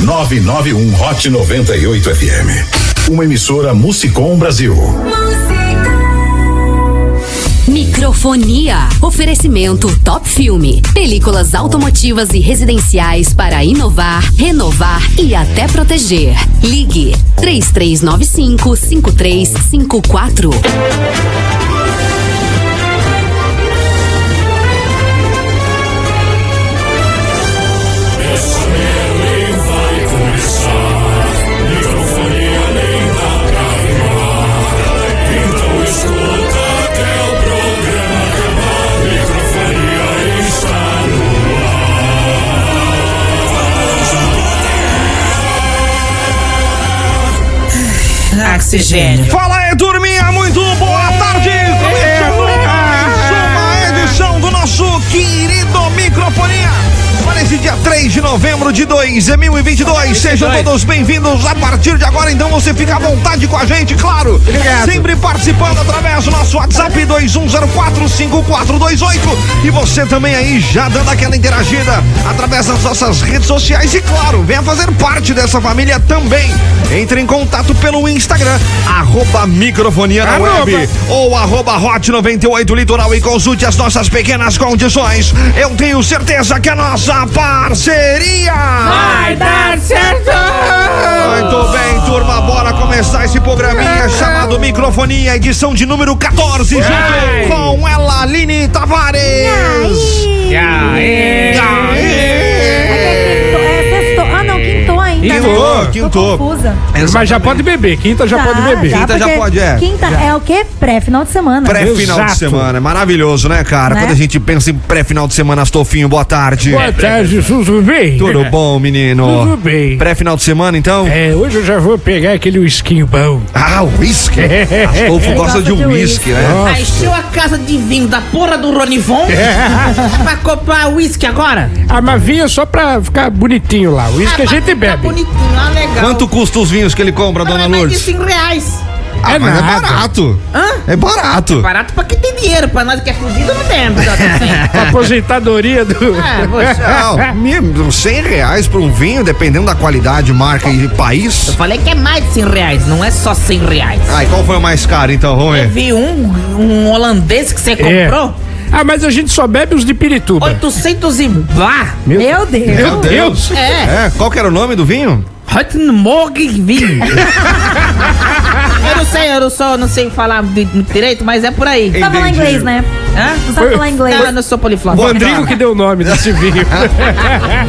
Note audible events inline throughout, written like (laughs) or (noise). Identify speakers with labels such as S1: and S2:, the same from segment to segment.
S1: 991 Hot 98 FM. Uma emissora Musicom Brasil.
S2: Microfonia. Oferecimento Top Filme. Películas automotivas e residenciais para inovar, renovar e até proteger. Ligue 3395 5354.
S3: Ah, Oxigênio.
S4: Fala aí, turminha, muito boa tarde! Começa mais uma edição do nosso querido Microfonia. Para esse dia 3 de novembro de 2022. Sejam todos bem-vindos a partir de agora, então você fica à vontade com a gente, claro.
S3: Obrigado.
S4: Sempre participando através do nosso WhatsApp 21045428. E você também aí já dando aquela interagida através das nossas redes sociais. E claro, venha fazer parte dessa família também. Entre em contato pelo Instagram, arroba microfonia na
S3: Arroba.
S4: web ou arroba hot 98 litoral e consulte as nossas pequenas condições. Eu tenho certeza que é a nossa parceria
S3: Vai dar certo!
S4: muito bem, turma, bora começar esse
S3: É.
S4: programinha chamado Microfonia, edição de número 14,
S3: Ai.
S4: junto com ela, Aline Tavares.
S3: E aí?
S4: E aí?
S5: Ah, não, quintou ainda. né?
S4: Quintou,
S5: Tô
S4: quintou.
S5: confusa. Tá,
S6: Mas já pode beber, quinta já pode beber.
S4: Quinta já
S5: porque
S4: pode, é.
S5: Quinta é o quê? Pré-final de semana.
S4: Pré-final de
S6: Exato.
S4: semana, é maravilhoso, né, cara?
S5: Né?
S4: Quando a gente pensa em pré-final de semana, Astolfinho, boa tarde.
S6: Boa tarde, tudo bem?
S4: é, Tudo bom, menino?
S6: Tudo bem.
S4: Pré-final de semana, então?
S6: É, hoje eu já vou pegar aquele whiskinho bom.
S4: Ah, uísque.
S6: É.
S4: Astolfo gosta de um uísque, né?
S3: Aí encheu a casa de vinho da porra do Ronivon
S6: É.
S3: pra comprar uísque agora?
S6: A mavinha é só pra ficar bonitinho lá. O uísque a
S3: Ah, pra
S6: gente
S3: ficar
S6: bebe.
S3: bonitinho, ah, legal.
S4: Quanto custa os vinhos que ele compra,
S3: Não,
S4: dona
S3: é mais de
S4: Lourdes?
S3: 5 reais.
S4: Ah,
S6: É
S4: mas é
S6: nada.
S4: barato.
S3: Hã?
S4: É barato.
S3: Barato pra quem tem dinheiro, pra nós que é fudido não temos. ó,
S6: (laughs)
S3: assim.
S6: A É. aposentadoria do.
S3: É, poxa.
S4: Não, mínimo, 100 reais pra um vinho, dependendo da qualidade, marca e
S3: Eu
S4: país.
S3: falei que é mais de 100 reais, não é só 100 reais.
S4: Ai, qual foi o mais caro então, Rony?
S3: Teve um, um holandês que você
S6: É.
S3: comprou,
S6: Ah, mas a gente só bebe os de Pirituba.
S3: 800 e bar.
S5: Meu Deus.
S6: Meu Deus.
S3: É.
S4: É, qual que era o nome do vinho?
S3: Rottenmorgenvin.
S6: (laughs)
S3: eu não sei, eu não sou, não sei falar de- muito direito, mas é por aí.
S5: Sabe falar
S4: Entendi.
S5: inglês, né?
S3: Hã?
S5: Não sabe falar inglês.
S3: Não, eu não sou poliflota.
S4: Boa
S6: Rodrigo que deu o nome desse vinho.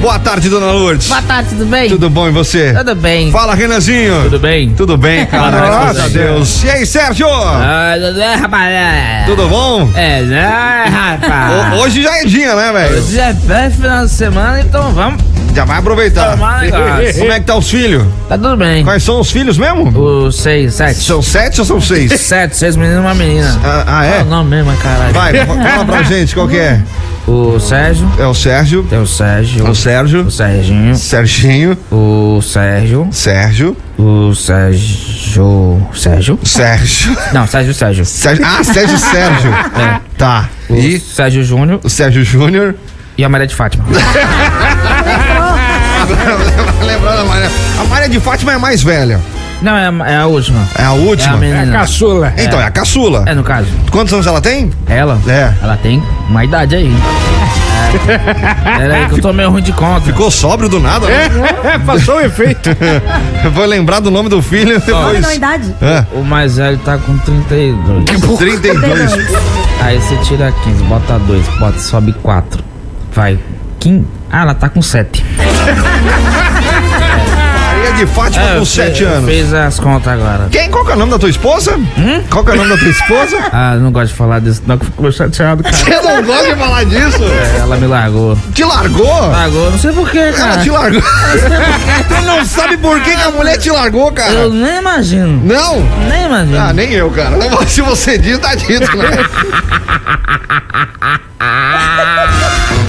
S4: Boa tarde, dona Lourdes.
S3: Boa tarde, tudo bem?
S4: Tudo bom e você?
S3: Tudo bem.
S4: Fala, Renanzinho. Tudo
S7: bem?
S4: bem, cara?
S7: Nossa.
S4: Graças a Deus. E aí, Sérgio?
S3: É.
S7: Ah, né, rapaz? É,
S4: Tudo bom?
S7: É, né,
S4: O-
S7: rapaz?
S4: Hoje já é dia, né, velho?
S7: Hoje é bem final de semana, então vamos
S4: Já vai aproveitar.
S7: tomar um negócio.
S4: Como é que tá os filhos?
S7: Tá tudo bem.
S4: Tá Quais são os filhos mesmo?
S7: Os seis, sete.
S4: São sete ou
S3: (laughs)
S4: são seis?
S7: Sete, seis meninos e uma menina.
S4: Ah, ah, é?
S7: Qual o nome mesmo, caralho?
S4: Vai, fala pra gente qual que é.
S7: O Sérgio,
S4: É o Sérgio. É
S7: tem o Sérgio,
S4: O Sérgio.
S7: o Serginho,
S4: Serginho.
S7: o Sérgio,
S4: Sérgio.
S7: o Sérgio, Sérgio?
S4: Sérgio.
S7: Não, Sérgio, Sérgio.
S4: Sérgio. Ah, Sérgio Sérgio. Tá.
S7: O
S4: E
S7: Sérgio Júnior
S4: o Sérgio Júnior.
S7: e a Maria de
S4: (laughs)
S7: Fátima.
S5: tá
S4: Lembrando a Maria. A Maria de Fátima é a mais velha.
S7: Não, é a, é a última.
S4: (laughs) É a
S7: É a
S4: última.
S6: É a
S7: menina.
S6: caçula.
S4: então, é a caçula.
S7: É, no caso.
S4: Quantos anos ela tem?
S7: Ela?
S4: É.
S7: Ela tem uma idade aí. É. Peraí, que eu tô meio ruim de conta.
S4: Ficou sóbrio do nada, né?
S6: É, passou
S4: (laughs)
S6: o efeito.
S4: Vou lembrar do nome do filho
S5: Sabe
S4: depois.
S5: não, a idade?
S4: Ah,
S7: O mais velho tá com 32.
S4: 32.
S7: Aí você tira 15, bota 2, bota, sobe 4. Vai. 15. Ah, ela tá com 7.
S4: Maria de Fátima Tá
S7: É,
S4: com 7 anos.
S7: Fez as contas agora.
S4: Quem? Qual que é o nome da tua esposa?
S7: Hum?
S4: Qual que é o nome da tua esposa?
S7: (laughs) Ah, eu não gosto de falar disso, não, que eu fico meio chateado, cara.
S4: Você não gosta de falar disso?
S7: É, Ela me largou.
S4: Te largou?
S7: Largou, não sei porquê,
S4: Ela
S7: cara.
S4: te largou. (laughs) tu não sabe por que, que a mulher te largou, cara?
S7: Eu nem imagino.
S4: Não?
S7: Nem imagino.
S4: um- Ah, nem eu, cara. Não, (laughs) Se você diz, tá dito, né?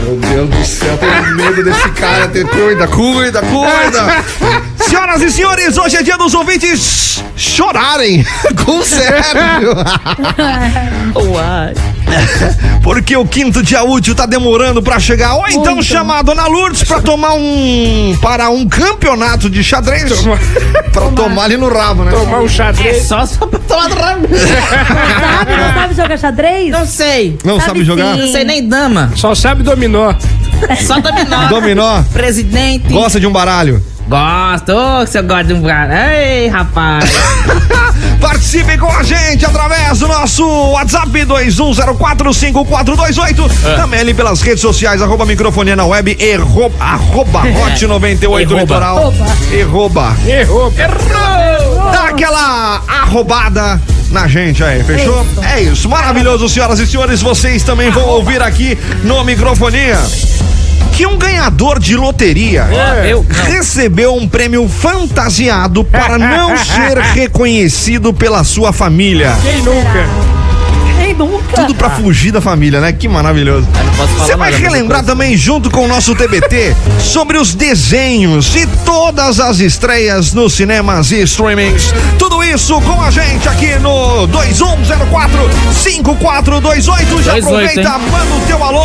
S4: Meu Deus do céu, tenho medo desse cara. Tem- Cuida, cuida, cuida. Senhoras e senhores, hoje é dia dos (laughs) ouvintes chorarem com o Sérgio.
S3: Uai.
S4: Porque o quinto dia útil tá demorando pra chegar. Ou então
S5: Muito.
S4: chamar a dona Lourdes pra tomar um. para um campeonato de xadrez. Pra tomar ali no rabo, né?
S6: Tomar um
S3: É
S6: xadrez.
S3: só só pra tomar do ramo.
S5: Sabe, não sabe jogar xadrez?
S3: Não sei.
S4: Não sabe,
S5: sabe
S4: jogar?
S5: sim.
S3: Não sei nem dama.
S6: Só sabe dominó.
S3: Só dominó.
S4: Dominó?
S3: Presidente.
S4: Gosta de um baralho?
S3: Gosto. Ô, se eu gosto de um cara.
S8: (laughs)
S3: Ei, rapaz.
S4: Participe com a gente através do nosso WhatsApp 21045428. Também ali pelas redes sociais, arroba microfonia na web, erro, arroba hot 98
S6: Erroba.
S4: litoral. Erroba.
S6: Errou.
S4: Dá aquela arrobada na gente aí, fechou? É isso, maravilhoso, senhoras e senhores. Vocês também vão ouvir aqui no microfonia que um ganhador de loteria
S8: É,
S3: Eu.
S4: recebeu um prêmio fantasiado para não ser reconhecido pela sua família.
S6: Quem nunca?
S5: Nem nunca.
S4: Tudo pra fugir da família, né? Que maravilhoso. Você vai relembrar também, junto com o
S3: (laughs)
S4: nosso TBT, sobre os desenhos e todas as estreias nos cinemas e streamings. Tudo isso com a gente aqui no 2104-5428. Já
S3: 28,
S4: aproveita,
S3: hein?
S4: manda o teu alô,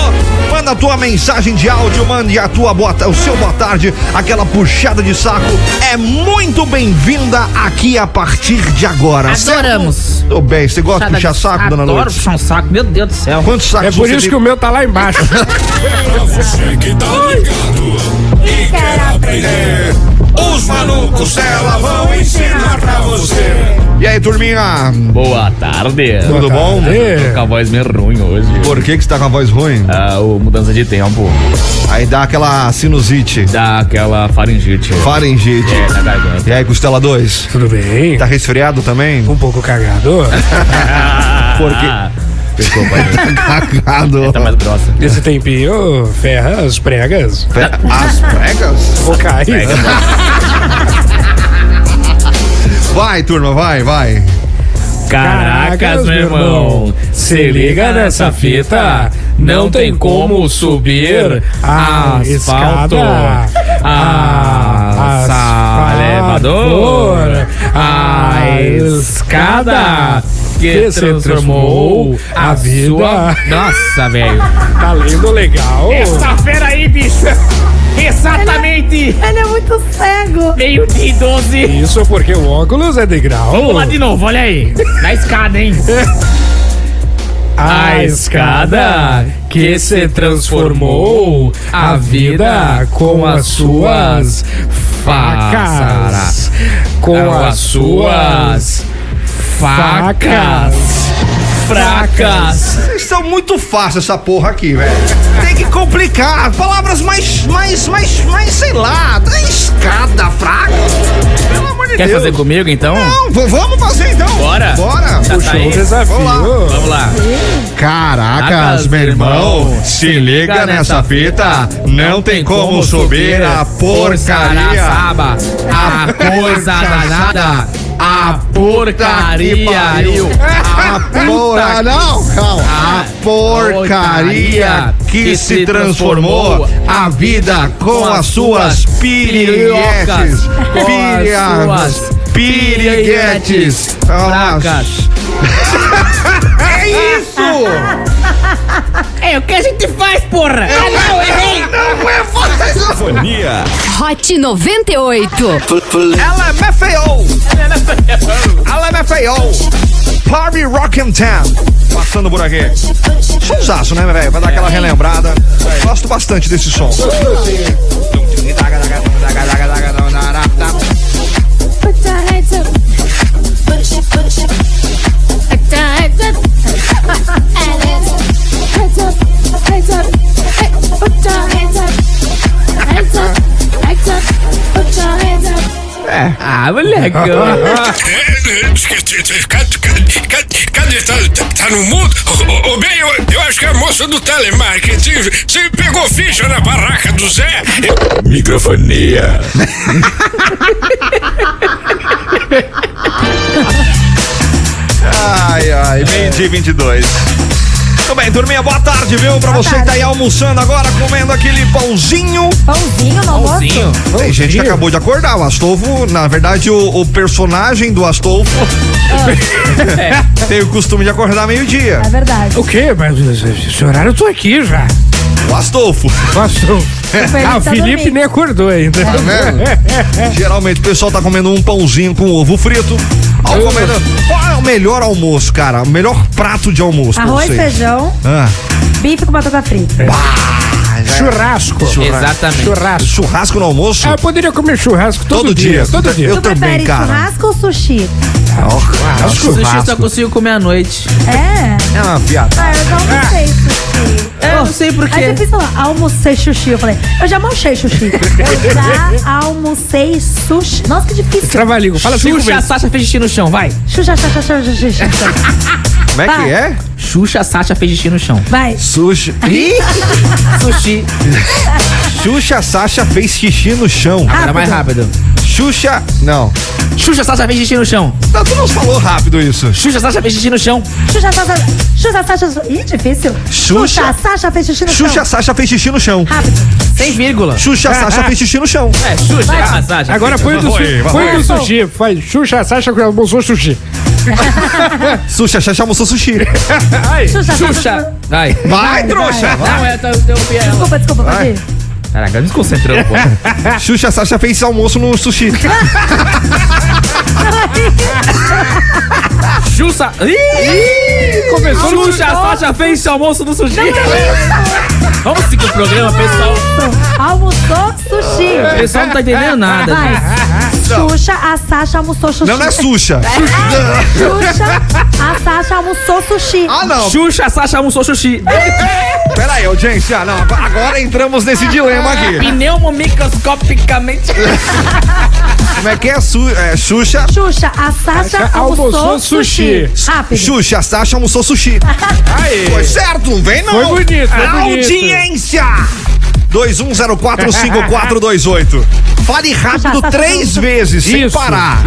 S4: manda a tua mensagem de áudio, mande a tua boa, ta- o seu boa tarde, aquela puxada de saco. É muito bem-vinda aqui a partir de agora.
S3: Adoramos.
S4: Tô bem, você gosta de puxar saco, dona
S3: Adoro
S4: Lourdes?
S3: puxar um saco, meu Deus do céu.
S4: Quantos sacos
S6: É por
S4: você
S6: isso
S4: tem?
S6: que o meu tá lá embaixo.
S1: Você que tá ligado e quer aprender. Os malucos dela vão ensinar pra você.
S4: E aí, turminha?
S8: Boa tarde.
S4: Tudo bom?
S8: Tô com
S6: É.
S8: a voz meio ruim hoje.
S4: Por que que você tá com a voz ruim?
S8: Ah, o mudança de tempo
S4: Aí dá aquela sinusite,
S8: dá aquela faringite.
S4: faringite.
S8: É, na garganta.
S4: E aí, Costela 2?
S6: Tudo bem?
S4: Tá resfriado também?
S6: Um
S9: (laughs)
S6: pouco cagado.
S8: Ah, Desculpa
S4: (laughs)
S8: aí.
S4: Cagado.
S8: Tá mais grossa.
S6: Nesse tempinho, ferra as pregas.
S4: As pregas?
S6: Vou cair.
S4: Vai, turma, vai, vai.
S8: Caracas, meu irmão.
S6: se liga nessa fita. Não tem como subir a
S8: asfalto,
S6: escada,
S8: a sa- elevador,
S6: a escada que se transformou a vida.
S8: Nossa, velho.
S6: Tá lendo legal.
S9: Essa fera aí, bicho! é Exatamente!
S5: Ele é muito cego.
S9: Meio de 12!
S6: Isso porque o óculos é de grau.
S9: Vamos lá de novo, olha aí! Na escada, hein?
S6: A escada que se transformou a vida com as suas facas. Com as suas facas. Fracas.
S4: Vocês estão muito fácil essa porra aqui, velho. Tem que complicar. Palavras mais, mais, mais, mais, sei lá. Da escada fraca. Pelo amor de
S8: Quer
S4: Deus.
S8: fazer comigo então?
S4: Não, v- vamos fazer então.
S8: Bora.
S4: Bora.
S8: Tá, tá aí?
S6: Desafio.
S8: Vamos lá.
S4: Caracas, meu irmão, se liga nessa fita, não tem como subir a porcaria.
S8: Saba,
S4: (laughs)
S8: a coisa danada, a porcaria.
S4: (laughs) A porra, não, calma. A porcaria que se transformou a vida com as suas piriguetes.
S8: com as
S4: Pirias.
S8: suas
S4: Piriguetes.
S8: Fracas.
S4: É isso!
S3: É, o que a gente faz, porra? Ah, não, errei.
S4: Não é vocês!
S2: Hot 98.
S4: Ela me feou! Ela me feou! Party Rock and Town. Passando por aqui. Sonsaço, né, velho? Vai dar aquela relembrada. Gosto bastante desse som.
S10: Put your hands up. Put your, put your. Put your hands up. And hands up. Hands up. Hands up. Hey, put your hands up. Hands up. Hands up. Put your hands up.
S8: Ah,
S4: (laughs)
S8: moleque.
S9: Cadê? Tá, no mundo? Ô, bem, eu, acho que é a moça do telemarketing se pegou ficha na barraca do Zé.
S1: Microfonia.
S4: Ai, ai, meio dia e 22. Muito bem, turminha, boa tarde, viu? Pra você que tá aí almoçando agora, comendo aquele pãozinho.
S5: Pãozinho no almoço?
S4: Tem gente que acabou de acordar. O Astolfo, na verdade, o, o personagem do
S3: (laughs)
S4: Astolfo tem o costume de acordar meio-dia.
S5: É verdade.
S6: O quê? Mas esse horário eu tô aqui já.
S4: O Astolfo.
S6: O Astolfo.
S4: Felipe
S6: ah, o
S4: tá
S6: Felipe
S4: dormindo.
S6: nem acordou ainda.
S4: Tá vendo? Geralmente o pessoal tá comendo um pãozinho com ovo frito. Ao comendo- Qual é o melhor almoço, cara? O melhor prato de almoço pra
S5: Arroz,
S4: vocês?
S5: feijão,
S4: Ah,
S5: bife com batata frita.
S4: já-
S6: (laughs) Churrasco.
S4: Exatamente. Churrasco. Churrasco no almoço?
S3: É,
S6: Ah, eu poderia comer churrasco todo,
S4: Todo dia.
S6: dia. Todo dia.
S4: Eu também,
S5: Prefere
S4: cara.
S5: churrasco ou sushi?
S4: Ah, Ó,
S3: Acho que
S4: churrasco.
S3: o sushi tá- só consigo comer à noite.
S5: É?
S4: É uma piada.
S5: Ah, eu já almocei sushi.
S3: É, eu não sei por
S5: Aí
S3: quê.
S5: você pensa lá, almocei sushi. Eu falei, eu já almocei sushi. Eu já almocei sushi. Nossa, que difícil.
S6: Trabalhinho, fala cinco
S3: Xuxa,
S6: vezes.
S3: Sasha fez xixi no chão, vai.
S5: Xuxa, xuxa, xuxa, xuxa, xuxa.
S4: Como é que é?
S3: Xuxa, Sasha fez xixi no chão.
S5: Vai.
S4: Sushi. Ih,
S3: Sushi.
S4: Xuxa Sasha fez xixi no chão.
S3: Agora mais rápido.
S4: Xuxa. Não.
S3: Xuxa, Sasha fez xixi no chão.
S4: Não, tu não falou rápido isso.
S3: Xuxa, Sasha fez xixi no chão.
S5: Xuxa, Sasha. Xuxa, Sasha. Su- Ih, difícil.
S4: Xuxa.
S5: Sasha fez xixi no
S4: Xuxa
S5: chão.
S4: Sasha fez xixi no chão.
S5: Rápido.
S3: Sem vírgula.
S4: Xuxa Sasha fez xixi no chão.
S3: É, Xuxa, ah, Sasha.
S6: Agora põe o do,
S4: Vai,
S6: su
S4: vai.
S6: põe o do
S5: Vai,
S6: sushi. Faz Xuxa, Sasha, que almoçou sushi.
S4: Xuxa Sasha almoçou sushi.
S6: Ai,
S5: Xuxa,
S3: Xuxa. Vai.
S4: Vai, trouxa.
S3: tá Não, é, tá- eu interrompi ela.
S5: Desculpa, desculpa,
S4: Vai.
S5: pode
S7: Caraca, desconcentrou, pô.
S3: (laughs)
S4: Xuxa Sasha fez almoço no sushi.
S3: Xuxa. Ih, começou no Xuxa, é Sasha fez almoço do sushi. Vamos seguir o programa, pessoal.
S5: Almoçou sushi.
S3: O pessoal não tá entendendo nada.
S5: Vai.
S3: gente.
S5: Xuxa, a Sasha almoçou sushi.
S4: Não, não é Xuxa.
S5: Xuxa, a Sasha almoçou sushi.
S4: Ah, não.
S3: Xuxa, Sasha almoçou sushi.
S4: Pera aí, audiência. ah, Não, agora entramos nesse dilema aqui.
S3: Pneumomicroscopicamente.
S4: Como é que é? Su- é, Xuxa.
S5: Xuxa, a Sasha
S6: Sasha
S5: almoçou,
S6: almoçou
S5: sushi. Rápido.
S4: Xuxa Sasha almoçou sushi. Foi certo, não vem não.
S6: Foi bonito, foi bonito.
S4: Audiência. 21045428. Fale rápido
S5: Sasha
S4: três
S5: almoçou-
S4: vezes, sem
S6: Isso.
S4: parar.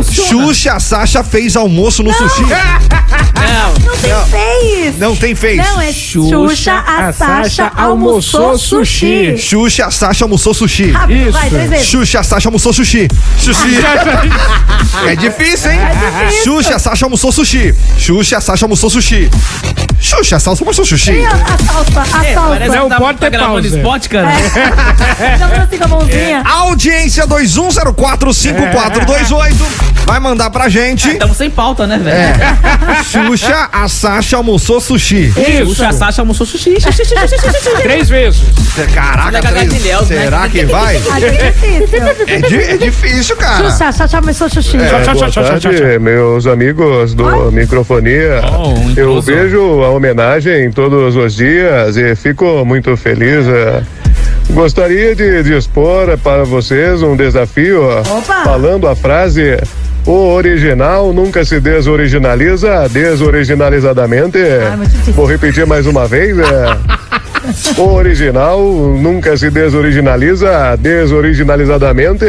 S6: Isso.
S4: Xuxa Sasha fez almoço no sushi.
S5: Não tem fez.
S4: Não tem fez.
S5: Não, é Xuxa, a Sasha almoçou sushi.
S4: Xuxa Sasha almoçou sushi.
S5: Rápido,
S6: Isso.
S5: vai, três vezes.
S4: Xuxa Sasha almoçou sushi. Sushi.
S6: Ah,
S4: É difícil, hein? Xuxa Sasha almoçou sushi. Xuxa Sasha almoçou sushi. Xuxa Sasha almoçou sushi.
S5: Ih, A salsa, a
S3: Parece
S5: salsa. É.
S6: Não
S3: que tá,
S6: pode
S3: tá
S6: ter
S3: gravando
S6: pausa.
S3: spot, cara.
S5: Já trouxe com a mãozinha.
S4: Audiência 21045428. Vai mandar pra gente. É.
S3: Estamos sem pauta, né, velho?
S4: Xuxa, a Sasha almoçou sushi.
S6: Isso.
S3: Xuxa, Sasha almoçou sushi. Xuxa, Xuxa, Xuxa,
S6: (laughs)
S3: Xuxa.
S6: (laughs) Três vezes.
S4: Caraca, três.
S3: Gagadilhéus, né?
S4: será que vai?
S5: Aqui é difícil.
S4: É, di- é difícil, cara.
S5: Xuxa, a Sasha almoçou sushi.
S6: Tchau, tchau, tchau,
S11: É, Boa
S6: tchau, tchau,
S11: tarde,
S6: tchau.
S11: meus amigos do Microfonia.
S7: um
S11: Eu
S7: intruso.
S11: vejo a homenagem todos os dias e fico muito feliz. eh. Gostaria de dispor para vocês um desafio,
S5: Opa!
S11: falando a frase. O original nunca se desoriginaliza desoriginalizadamente.
S5: muito difícil.
S11: Vou repetir mais uma vez. eh.
S5: (laughs)
S11: o original nunca se desoriginaliza desoriginalizadamente.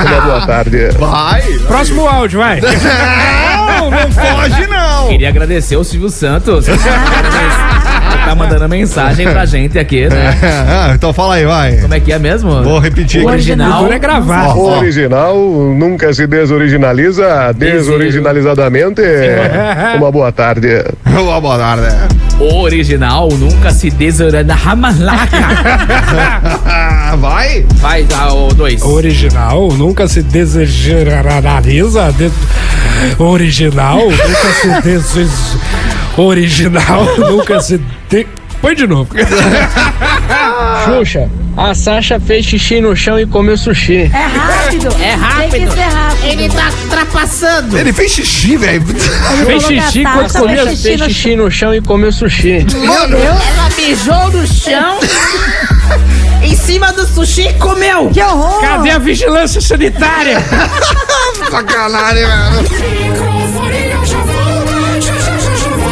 S11: Uma boa tarde.
S4: Vai.
S6: Próximo áudio, vai.
S4: Não, não foge, não.
S3: Queria agradecer ao Silvio Santos. (laughs) que tá mandando mensagem pra gente aqui, né?
S4: (laughs) Ah, então fala aí, vai.
S3: Como é que é mesmo?
S4: Vou repetir
S3: O
S4: aqui.
S3: original.
S6: Agora é gravar.
S4: Ó,
S11: O
S4: ó.
S11: original nunca se desoriginaliza, desoriginalizadamente. (laughs) Uma boa tarde.
S4: Vou abordar, né?
S3: O original nunca se
S8: (laughs)
S3: desorana. Ramalaca.
S4: Ah, vai.
S3: Vai, dá o ah, dois.
S6: O Original nunca se desgeneraliza. Des... Original nunca se des... Original (laughs) nunca se. De... Põe
S4: (laughs)
S6: de novo.
S8: Xuxa, a Sasha fez xixi no chão e comeu sushi.
S5: É rápido. É
S3: rápido.
S5: Tem que ser rápido.
S8: Ele tá trapassando.
S4: Ele fez xixi, velho.
S6: Fez
S5: Falou que a
S6: xixi quando
S5: Sasha
S6: comeu.
S5: fez xixi
S8: Fez
S5: no
S8: xixi no chão e comeu sushi.
S4: Mano,
S8: Ela mijou no chão. em cima do sushi e comeu.
S5: Que horror!
S6: Cadê a
S8: (laughs)
S6: vigilância sanitária?
S4: sacanagem, velho.
S10: Microfonia já volta, já já já já volta. Quem não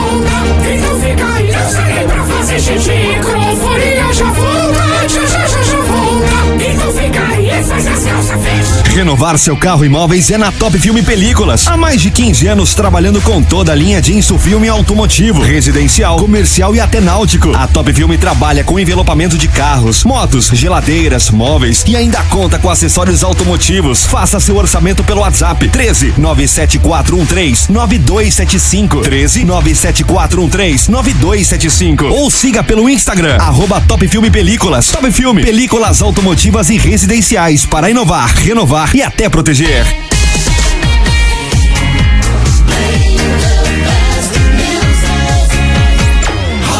S10: fica aí, eu saí pra fazer xixi. Microfonia já volta, já já já já volta. Quem não fica aí, faz as calças, fez.
S12: Renovar seu carro e imóveis é na Top Filme Películas. Há mais de 15 anos trabalhando com toda a linha de insufilme automotivo, residencial, comercial e até náutico. A Top Filme trabalha com envelopamento de carros, motos, geladeiras, móveis e ainda conta com acessórios automotivos. Faça seu orçamento pelo WhatsApp 13 97413 9275 13 97413 9275 ou siga pelo Instagram arroba Top Filme Películas. Top Filme, películas automotivas e residenciais para inovar, renovar e até proteger.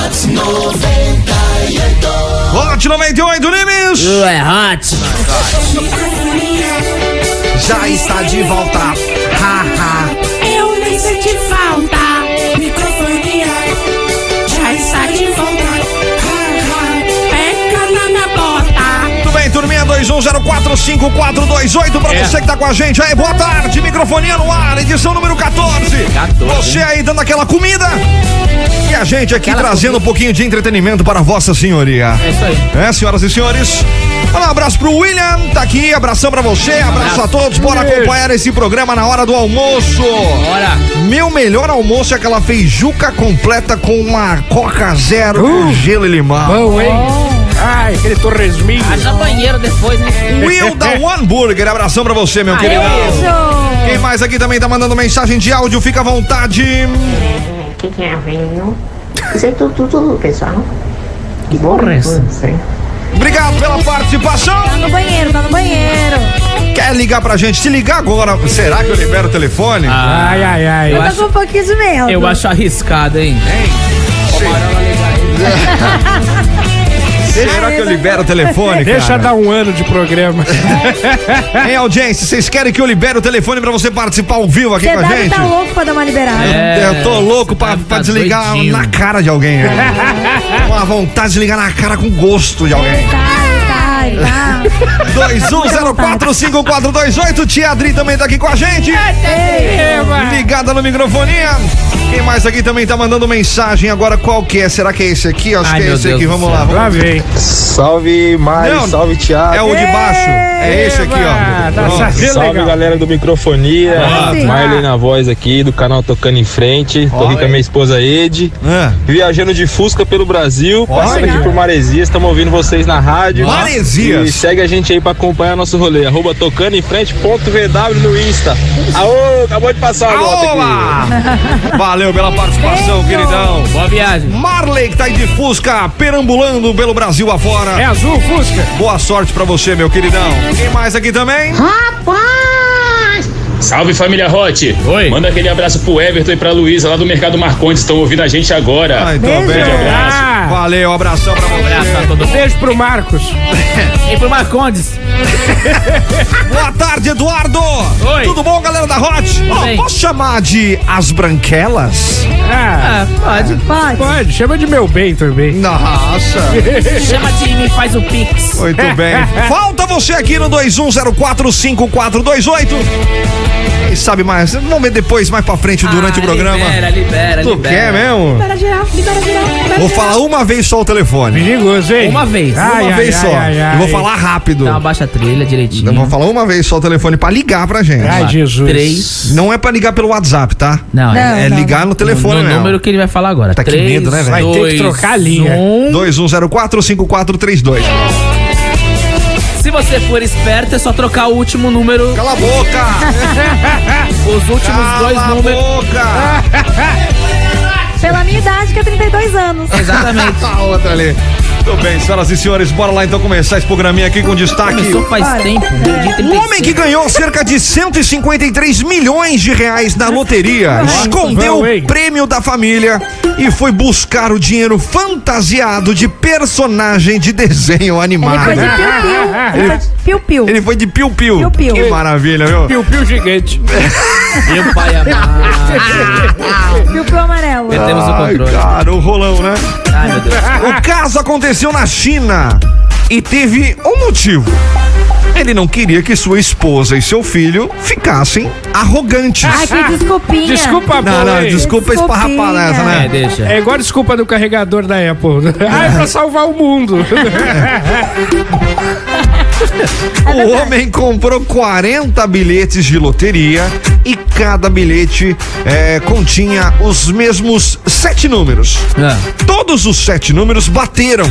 S1: Hot 98.
S4: Hot 98 Nimes!
S8: é
S1: Ué, Hot!
S4: Já está de volta! Ha, ha.
S1: Eu nem senti falta! Microfonia já está de volta! Ha, ha. Pega na minha bota!
S4: Tudo bem, turminha 21045428 pra
S1: É.
S4: você que tá com a gente aí. Boa tarde, microfonia no ar, edição número 14.
S3: 14.
S4: Você aí dando aquela comida. E a gente aqui trazendo um pouquinho de entretenimento para vossa senhoria. É isso aí. É, senhoras e senhores. Olha, Um abraço pro William, tá aqui, abração pra você, abraço a todos, bora acompanhar esse programa na hora do almoço. Bora. Meu melhor almoço é aquela feijuca completa com uma coca zero, com gelo e limão.
S6: Bom, hein?
S4: Oh.
S6: Ai, aquele torresminho.
S8: Haja banheiro depois, né?
S4: Will
S6: (laughs)
S4: da One Burger, abração pra você,
S5: Ah,
S4: meu querido. Quem mais aqui também tá mandando mensagem de áudio, fica à vontade.
S13: Aqui quem é vindo. Isso é tudo, tudo, pessoal. Que porra é essa?
S4: Obrigado pela participação. Tá
S5: no banheiro, tá no banheiro.
S4: Quer ligar pra gente? Se ligar agora, será que eu libero o telefone?
S6: Ah,
S3: Ai, ai, ai.
S5: Eu
S3: Eu
S5: tô
S3: acho-
S5: com um pouquinho de medo.
S3: Eu acho arriscado, hein?
S4: Será que eu libero o telefone,
S6: (laughs) Deixa
S4: cara?
S6: dar um ano de
S4: (laughs)
S6: programa.
S4: Hein, audiência, vocês querem que eu libere o telefone pra você participar ao vivo aqui
S5: Você
S4: com a
S5: deve
S4: gente? É.
S5: tá louco pra dar uma liberada. Tá,
S4: Eu tô louco pra, pra desligar
S6: É, tá doidinho.
S4: na cara de alguém.
S6: (laughs)
S4: né? Com a vontade de ligar na cara com gosto de alguém.
S5: Ai, tá.
S4: 21045428, tia Adri também tá aqui com a gente. Ligada no microfonia. Quem mais aqui também tá mandando mensagem agora? Qual que é? Será que é esse aqui? Acho
S6: Ai,
S4: que é
S6: meu
S4: esse
S6: Deus
S4: aqui.
S6: do
S4: Vamos
S6: céu.
S4: lá. Vamos...
S6: Lá vem.
S14: Salve, Mari,
S4: Não,
S14: salve, Thiago.
S4: é o de baixo. É esse aqui, ó.
S14: Tá
S4: Pronto.
S14: Salve, galera do Microfonia.
S5: tá,
S4: Ah, sim.
S14: Marley na voz aqui, do canal Tocando em Frente. Tô aqui com a minha esposa Ed.
S4: É.
S14: Viajando de Fusca pelo Brasil, passando aqui por Maresias. Estamos ouvindo vocês na rádio.
S4: Maresias.
S14: E segue a gente aí pra acompanhar nosso rolê. Arroba tocando em frente ponto VW no Insta. Aô, acabou de passar a moto aqui.
S4: Valeu pela participação, queridão.
S3: Boa viagem.
S4: Marley, que tá aí de Fusca, perambulando pelo Brasil afora. É
S6: azul, Fusca.
S4: Boa sorte pra você, meu queridão. Quem mais aqui também?
S15: Rapaz! Salve família Hot! Oi! Manda aquele abraço pro Everton e pra Luísa lá do Mercado Marcondes, estão ouvindo a gente agora.
S4: Ai, então, beijo.
S3: Ah.
S4: Valeu, abração pra você.
S3: Abraço a todo mundo.
S6: Beijo pro Marcos.
S3: e pro Marcondes.
S4: Boa tarde, Eduardo! Oi! Tudo bom, galera da Hot? Ó, posso chamar de As Branquelas?
S6: Ah,
S3: pode,
S5: pode.
S6: Pode, chama de meu bem também. (laughs)
S4: Nossa.
S3: Chama de mim, faz o pix.
S4: Muito bem. Falta você aqui no 21045428. Quem sabe mais? Vamos ver depois, mais pra frente, durante o programa.
S3: Ah, Libera, libera,
S4: Tu
S3: libera.
S4: quer mesmo?
S5: Libera geral, libera geral, libera
S4: Vou
S5: geral.
S4: falar uma vez só o telefone.
S6: Perigoso, hein?
S3: Uma vez.
S4: uma vez só. Eu vou falar rápido.
S3: Dá uma baixa trilha direitinho.
S4: Eu vou falar uma vez só o telefone pra ligar pra gente.
S3: Uhum. Ai, Jesus. Três.
S4: Não é pra ligar pelo WhatsApp, tá?
S3: Não,
S4: é, é
S3: não,
S4: ligar no telefone,
S3: No,
S4: mesmo.
S3: número que ele vai falar agora.
S4: Tá que
S3: Três,
S4: medo, né, velho?
S3: dois, um.
S4: 2104-5432.
S3: Se você for esperto, é só trocar o último número.
S4: Cala a boca!
S3: (laughs) Os últimos dois números.
S5: Pela minha idade, que é
S6: (laughs)
S5: 32 anos.
S3: Exatamente.
S4: (laughs) a outra ali. Muito bem, senhoras e senhores, bora lá então começar esse programinha aqui com destaque.
S3: Começou faz tempo, né? meu dia
S4: O homem que ganhou cerca de 153 milhões de reais na loteria escondeu o prêmio da família e foi buscar o dinheiro fantasiado de personagem de desenho animado.
S5: Ele foi de
S6: (laughs)
S5: piu-piu. Ele foi de piu-piu.
S4: Ele foi de piu-piu.
S5: Piu-piu.
S4: Que maravilha, viu?
S6: Piu-piu gigante.
S3: Meu pai amado.
S5: Piu-piu amarelo.
S3: Perdemos o controle.
S4: Cara, o rolão,
S5: (laughs)
S4: né?
S3: Ai, meu Deus.
S4: O caso aconteceu na China e teve um motivo. Ele não queria que sua esposa e seu filho ficassem arrogantes.
S5: Ai, que desculpinha.
S6: Ah, Desculpa,
S4: é? Não, não, desculpa esparrapar nessa, né?
S6: É igual a desculpa do (laughs) carregador da Apple. Ah, é pra salvar o mundo.
S4: o homem comprou 40 bilhetes de loteria e cada bilhete eh, continha os mesmos sete números.
S3: Ah.
S4: Todos os sete números bateram,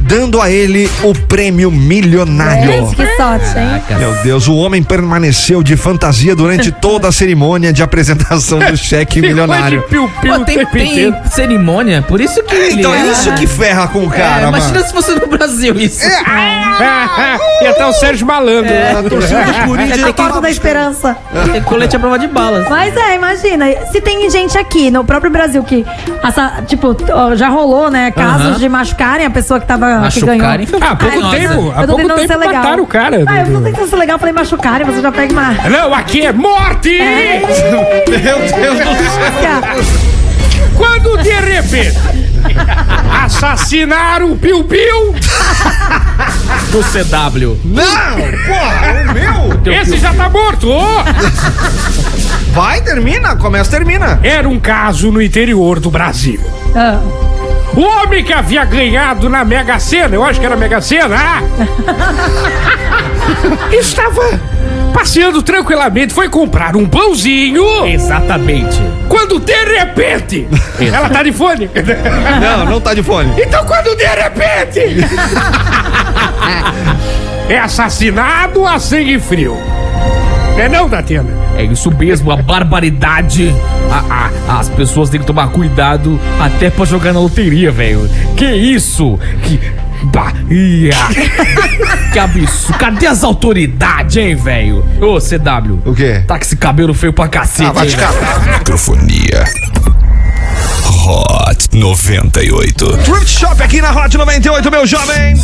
S4: dando a ele o prêmio milionário.
S5: Gente, que sorte, hein?
S4: Meu Deus, o homem permaneceu de fantasia durante toda a cerimônia de apresentação do cheque milionário.
S3: Pô, tem, tem cerimônia, por isso que. ele
S4: então é
S3: era-
S4: isso que ferra com o cara,
S3: É, imagina
S4: mano.
S3: se fosse no Brasil isso.
S6: (laughs) E até o Sérgio Malandro. (laughs)
S3: É.
S6: A
S3: torcida do Corinthians
S5: É a porta da esperança.
S4: É.
S3: Tem colete à prova de balas.
S5: Mas é, imagina, se tem gente aqui no próprio Brasil que, essa- tipo, ó, já rolou, né, casos
S3: Aham.
S5: de machucarem a pessoa que tava, que ganhou.
S3: Machucarem?
S6: Ah, há pouco
S5: Ai,
S6: tempo,
S5: nossa.
S6: há
S5: Eu tô
S6: pouco
S5: tentando
S6: tempo
S5: ser legal.
S6: mataram o cara. né?
S5: Ah, eu não sei se isso é legal, eu falei machucarem, você já pega uma...
S6: Não, aqui é morte!
S5: É.
S4: Meu Deus
S5: do
S6: céu! Quando de
S5: (laughs)
S6: repente assassinaram o Piu Piu,
S3: Do CW.
S4: Não! Porra, o meu?
S6: esse já tá morto!
S4: Vai, termina, começa, termina.
S6: Era um caso no interior do Brasil.
S5: Ah.
S6: O homem que havia ganhado na Mega Sena, eu acho que era Mega Sena, ah, estava passeando tranquilamente, foi comprar um pãozinho.
S3: Exatamente.
S6: Quando de repente,
S3: Isso.
S6: ela tá de fone.
S4: Não, não tá de fone.
S6: Então quando de repente é assassinado a sangue frio. É não, Datena?
S3: É isso mesmo, a barbaridade. A- a- as pessoas têm que tomar cuidado até pra jogar na loteria, velho. Que isso? Que. Bahia! que absurdo! Cadê as autoridades, hein, velho? Ô, CW.
S4: O quê?
S3: Tá com esse cabelo feio pra cacete.
S9: Ah, vai te
S3: hein, velho?
S9: Microfonia. Hot 98.
S4: Thrift Shop aqui na Hot 98, meu jovem.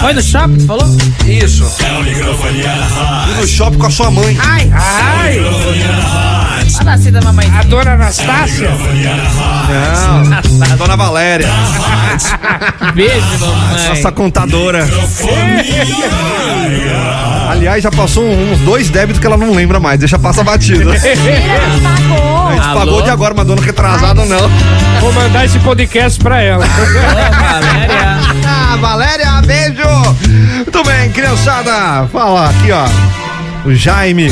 S3: Foi no shopping, tu falou?
S4: Isso. E no shopping com a sua mãe.
S8: Ai!
S6: Ai!
S8: A nascida mamãe.
S6: A dona Anastácia?
S4: Não, Dona Valéria.
S3: Ah, (laughs) Beijo, mamãe.
S4: Nossa contadora. Aliás, já passou um, uns dois débitos que ela não lembra mais. Deixa passar batida. A gente pagou de agora, mas dona retrasada não. (laughs)
S6: Vou mandar esse podcast pra ela.
S7: né?
S3: (laughs)
S7: É.
S4: Ah, Valéria, beijo! Muito bem, criançada, fala aqui, ó. O Jaime.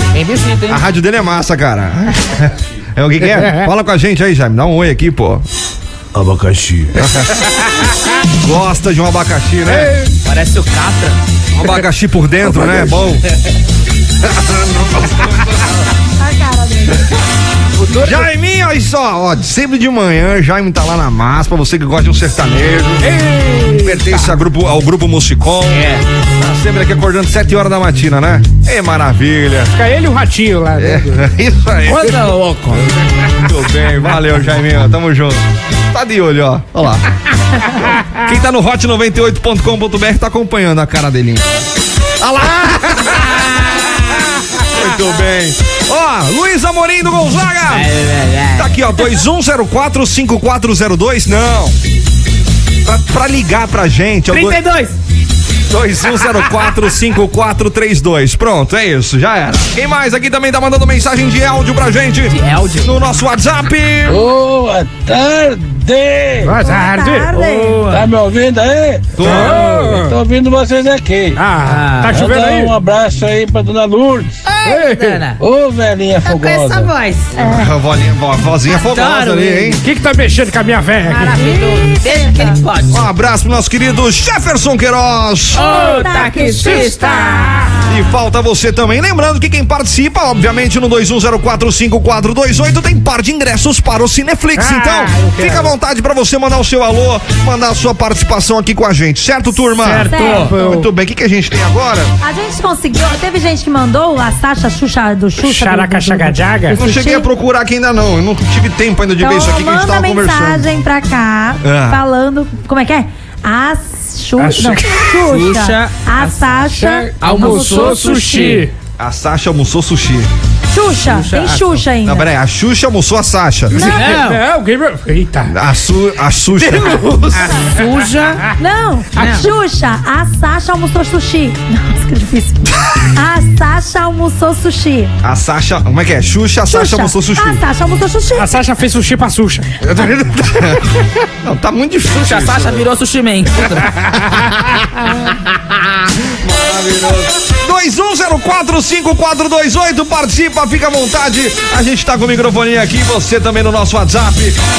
S4: A rádio dele é massa, cara. É o que, que é? Fala com a gente aí, Jaime. Dá um oi aqui, pô. Abacaxi. Gosta de um abacaxi, né?
S3: Parece o Catra.
S4: Um abacaxi por dentro, né? É Bom. Jaiminho, olha só, ó, sempre de manhã, Jaime tá lá na massa, pra você que gosta de um sertanejo. Pertence a grupo, ao grupo Musicom. É. Tá sempre aqui acordando 7 horas da matina, né? É maravilha.
S6: Fica ele e o ratinho lá.
S4: É, isso aí.
S6: Coisa louco.
S4: Muito bem, valeu, Jaiminho, tamo junto. Tá de olho, ó. Olha lá. Quem tá no hot98.com.br tá acompanhando a cara dele. Olha lá! Muito bem. Ó, Luiz Amorim do Gonzaga. Tá aqui, ó, 21045402. Não. Pra, pra ligar pra gente. 32. 21045432. Pronto, é isso, já era. Quem mais aqui também tá mandando mensagem de áudio pra gente? De áudio. No nosso WhatsApp.
S16: Boa tarde!
S6: Boa tarde!
S16: Boa. Tá me ouvindo aí?
S4: Tô.
S16: Tô ouvindo vocês aqui.
S6: Ah, tá chovendo aí?
S16: Um abraço aí pra dona Lourdes.
S8: Ei, Dana.
S16: Ô, velhinha
S8: Com essa
S16: fogosa.
S8: voz.
S4: A vozinha, Ah, vo- vozinha fogosa ali, hein?
S6: O que que tá mexendo com a minha velha?
S8: Maravilhoso. Desde que ele pode.
S4: Um abraço pro nosso querido Jefferson Queiroz.
S5: Oh.
S8: Ô,
S6: tá
S5: Tá
S8: taxista!
S4: E falta você também. Lembrando que quem participa, obviamente, no 21045428 tem par de ingressos para o Cineflix.
S6: Ah, eu
S4: então,
S6: quero.
S4: fica à vontade para você mandar o seu alô, mandar a sua participação aqui com a gente, certo, turma?
S5: Certo. Certo.
S4: Muito bem, o que, que a gente tem agora?
S5: A gente conseguiu, teve gente que mandou a Sasha Xuxa do Xuxa. do- do- do- do
S4: Não
S5: sushi. Então
S4: cheguei a procurar aqui ainda não. Eu não tive tempo ainda de ver isso aqui que a gente
S5: manda
S4: tava conversando.
S5: mensagem pra cá,
S4: Ah.
S5: falando, como é que é? A Xuxa,
S4: A Xuxa-
S5: não, Xuxa,
S4: Xuxa-
S5: a Sasha
S4: A Sasha almoçou sushi.
S5: Xuxa, tem Xuxa ainda.
S4: Não, peraí, a Xuxa almoçou a Sasha.
S5: É. Não.
S6: Não, Gabriel. Eita.
S4: A, su, a Xuxa.
S5: Suja. Não, a Xuxa, a Sasha almoçou sushi. Nossa,
S4: (laughs)
S5: que difícil. A Sasha almoçou sushi.
S4: A Sasha, como é que é? Xuxa, a Sasha almoçou sushi. (laughs)
S5: A Sasha almoçou sushi.
S6: A Sasha fez sushi pra Xuxa.
S5: (laughs)
S4: Não, tá muito difícil.
S3: Xuxa
S4: isso,
S3: Sasha
S4: né?
S3: virou sushi man.
S4: maravilhoso. 21045428, participa, fica à vontade. A gente tá com o microfone aqui, você também no nosso WhatsApp,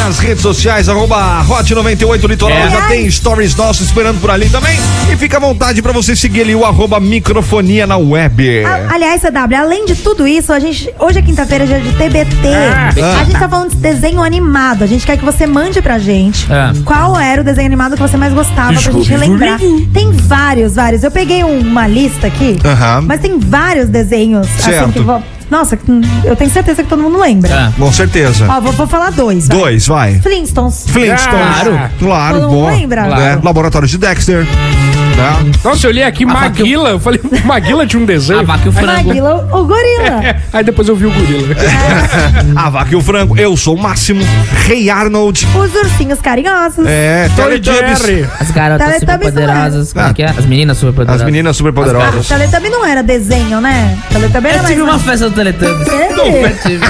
S4: nas redes sociais, arroba Hot 98 Litoral,
S12: É.
S4: já tem stories nossos esperando por ali também. E fica à vontade pra você seguir ali o arroba microfonia na web.
S7: É.
S5: A- Aliás, CW, além de tudo isso, a gente. Hoje é quinta-feira, dia de TBT.
S4: Ah.
S5: a gente tá falando de desenho animado. A gente quer que você mande pra gente
S7: É.
S1: Ah.
S5: qual era o desenho animado que você mais gostava pra gente
S1: Scooby-Doo.
S5: relembrar. Tem vários, vários. Eu peguei uma lista aqui,
S4: Aham.
S5: mas tem vários desenhos. Assim,
S4: Certo.
S5: que vo- Nossa, hum, eu tenho certeza que todo mundo
S7: É.
S5: lembra.
S4: Com certeza.
S5: Ó, vou, vou falar dois. vai.
S4: Dois, vai.
S5: Flintstones.
S4: Flintstones. Claro,
S5: Todo mundo
S4: bom.
S5: lembra?
S4: É, Laboratório de Dexter. né?
S6: Nossa, eu olhei aqui Maguila. Eu falei, Maguila tinha um desenho. A vaca e o
S5: frango. Maguila, o gorila.
S7: É.
S6: Aí depois eu vi o (laughs) gorila.
S4: A vaca e Ah, o frango. Eu sou o máximo. Rei Arnold.
S5: Os ursinhos carinhosos.
S4: É, Teletubbies.
S7: As garotas
S5: Teletubbies não era.
S7: superpoderosas. Como é que é? As meninas superpoderosas.
S4: Ah. As meninas superpoderosas.
S5: Teletubby não era desenho, né? Teletubby era
S7: Eu
S5: mais
S7: tive uma
S5: mais-
S7: festa do Teletubbies.
S5: Sério?
S7: Eu tive.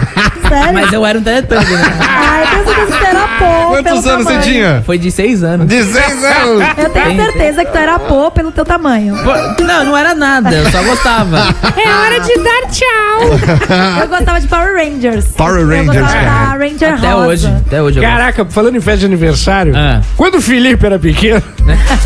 S5: Sério?
S7: Mas eu era um Teletubby, né?
S5: Ai, eu tenho certeza que
S6: (laughs)
S5: tu era pô. pelo tamanho.
S7: Foi de seis anos.
S4: De
S5: Eu tenho certeza que tu era pô pelo teu tamanho.
S7: Não, não era nada, eu só gostava.
S5: É hora de dar tchau. (laughs) Eu gostava de Power Rangers.
S6: Power Rangers,
S5: Eu gostava da
S6: cara.
S5: Ranger Rosa.
S7: até hoje.
S5: eu
S6: Caraca, falando em festa de aniversário, quando o Felipe era (laughs) pequeno,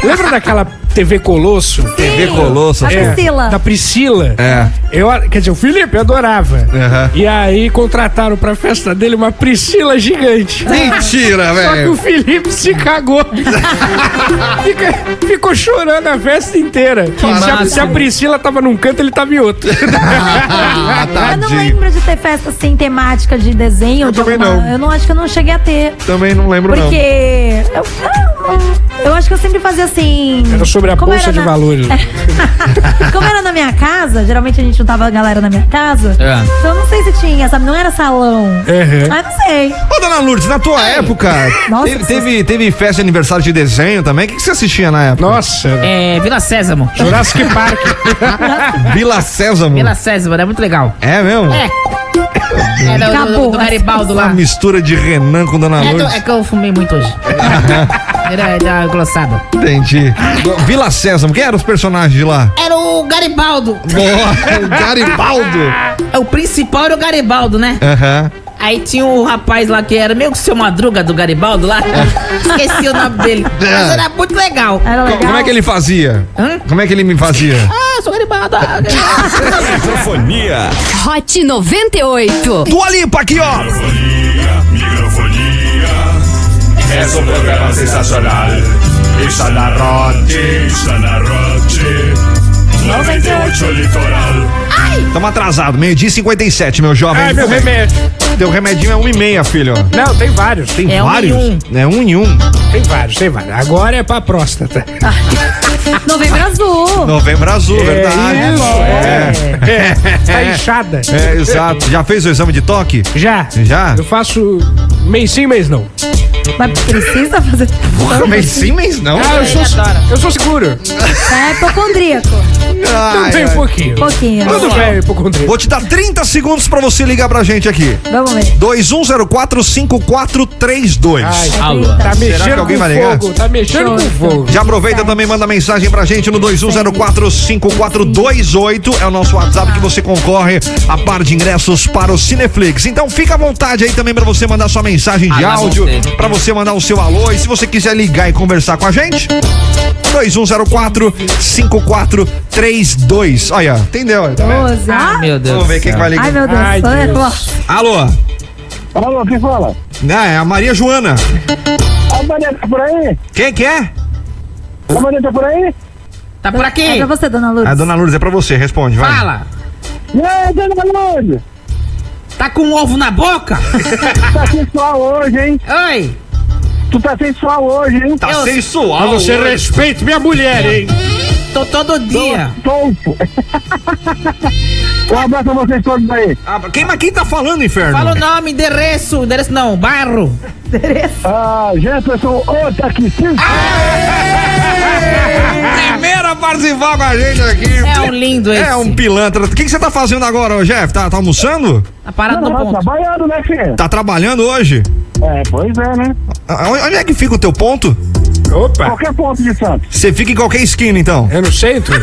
S6: lembra daquela TV Colosso?
S4: TV Colosso,
S6: da
S4: Da acho que é. Priscila.
S6: Da Priscila.
S4: É.
S6: Eu, quer dizer, o Felipe adorava. E aí contrataram pra festa dele uma Priscila gigante.
S4: Mentira,
S6: Só que
S4: velho.
S6: o Felipe se (laughs) cagou. Fica- ficou chorando a festa inteira. Se a,
S5: massa.
S6: se a Priscila tava num canto, ele tava em outro.
S4: Ah,
S5: Eu não lembro de ter festa assim, temática de desenho.
S6: Eu
S5: de
S6: também
S5: alguma-
S6: não.
S5: Eu não acho que eu não cheguei a ter.
S4: Também não lembro, não.
S5: Porque. Eu, ah, eu acho que eu sempre fazia assim.
S6: Era (laughs) sobre a
S5: Como
S6: bolsa
S5: era
S6: de (laughs)
S5: na-
S6: valores.
S5: (laughs) Como era na minha casa, geralmente a gente juntava a galera na minha casa.
S6: É.
S5: Então eu não sei se tinha, sabe? Não era salão.
S4: Uhum.
S5: Mas não sei.
S4: Ô, dona Lourdes, na tua época,
S5: Nossa,
S4: teve,
S5: que
S4: teve, teve festa de aniversário de desenho também? O que, que você assistia na época?
S6: Nossa.
S7: É, Vila Sésamo.
S6: Jurassic Park.
S4: Vila Sésamo.
S7: Vila Sésamo, era muito legal.
S4: É mesmo?
S7: É. Era o É, do,
S5: Acabou.
S7: do Garibaldo
S4: Uma
S7: lá.
S4: mistura de Renan com dona
S7: É, do-
S4: Lourdes.
S7: é que eu fumei muito (laughs) hoje. Era, era glossada.
S4: Entendi. Vila Sésamo, quem eram os personagens de lá?
S7: Era o Garibaldo.
S4: Boa, o Garibaldo.
S7: É, O principal era o Garibaldo, né?
S4: Aham.
S7: Aí tinha o rapaz lá que era meio que o seu Madruga do Garibaldo (laughs) lá. Esqueci o nome dele. Mas era muito legal. Era
S4: Co- Como é que ele fazia? Como é que ele me fazia?
S7: Ah, sou Garibaldo. ah,
S12: Microfonia.
S2: Hot 98.
S4: Dua Lipa aqui, ó.
S17: Es un programa sensacional. Está na Rote, está na Rote. 98 Litoral.
S4: Tamo atrasado, meio-dia e 57, meu jovem.
S6: Ai, meu remédio.
S4: Teu remedinho é um e meia, filho.
S6: Não, tem vários. Tem
S4: vários? É um em um.
S6: Tem vários, tem vários. Agora é pra próstata.
S5: Novembro azul.
S4: Novembro azul, verdade.
S6: Ah, É. Tá inchada.
S4: É, exato. Já fez o exame de toque?
S6: Já.
S4: Já?
S6: Eu faço mês sim, mês não.
S5: Mas precisa fazer.
S4: Porra, mês sim, mês não?
S6: Ah, eu sou,
S4: Ele
S6: eu sou seguro.
S5: É hipocondríaco.
S4: Ai,
S6: Também um
S4: ai.
S6: pouquinho.
S5: Pouquinho.
S6: Tudo bem, é hipocondríaco.
S4: Ah, é. Vou te dar 30 segundos pra você ligar pra gente aqui.
S5: Vamos ver.
S4: 21045432.
S6: Ai, Alô. tá mexendo com fogo, tá mexendo com fogo.
S4: Já aproveita também, manda mensagem pra gente no 21045428. É o nosso WhatsApp que você concorre a par de ingressos para o Cineflix. Então fica à vontade aí também pra você mandar sua mensagem de
S12: Ah, lá
S4: áudio,
S12: voltei.
S4: pra você mandar o seu alô. E se você quiser ligar e conversar com a gente, 21045432. Olha, entendeu? Tá vendo?
S5: Doze. Ah,
S7: meu Deus.
S4: Vamos ver quem que vai ligar.
S5: Ai, meu Deus.
S4: Ai,
S5: tô
S4: Deus.
S5: nervosa.
S4: Alô?
S18: Alô, quem fala?
S4: Ah, é a Maria Joana.
S18: A Maria tá por aí?
S4: Quem que é?
S18: A Maria tá por aí?
S7: Tá por aqui.
S5: É pra você, dona Lourdes.
S4: A dona Lourdes é pra você, responde, vai.
S7: Fala.
S18: E aí, dona Lourdes?
S7: Tá com um ovo na boca?
S18: (laughs) tá sensual hoje, hein?
S7: Oi.
S18: Tu tá sensual hoje, hein?
S4: Tá sensual
S6: Mas você hoje. respeita minha mulher, hein?
S7: Tô todo dia.
S18: Tonto. um abraço a vocês todos aí.
S4: quem, mas quem tá falando, inferno?
S7: Fala o nome, endereço. Endereço não, bairro.
S18: Ah, Jefferson, ô taxista.
S4: É. Primeira participada com a gente aqui.
S7: É um lindo esse.
S4: É um pilantra. O que que você tá fazendo agora, ô Jeff? Tá, tá almoçando?
S7: Tá parado no ponto.
S18: trabalhando, né, filho?
S4: Tá trabalhando hoje?
S18: É, pois é, né?
S4: Ah, Onde onde é que fica o teu ponto?
S6: Opa.
S18: Qualquer ponto de Santos.
S4: Você fica em qualquer esquina, então?
S6: É no centro?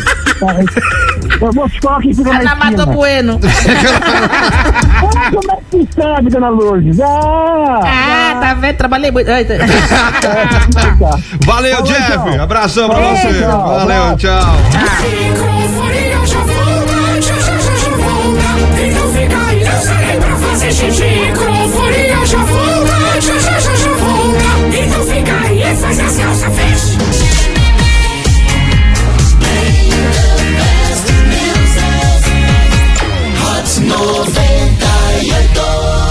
S18: Eu vou te falar que fica na
S8: Na Mata
S18: esquina.
S8: Bueno.
S18: Como é que sabe, dona Lourdes? Ah!
S8: Ah, tá vendo? Trabalhei muito. Ai, tá-
S4: Valeu, Jeff. Abração pra
S18: então. Falou,
S4: você.
S18: tchau.
S4: Valeu, tchau.
S1: Microfonia já volta, já já já já volta. Então fica aí, dança aí pra fazer xixi. Microfonia já volta, já já já já volta. Então fica aí e faz as calças fecha.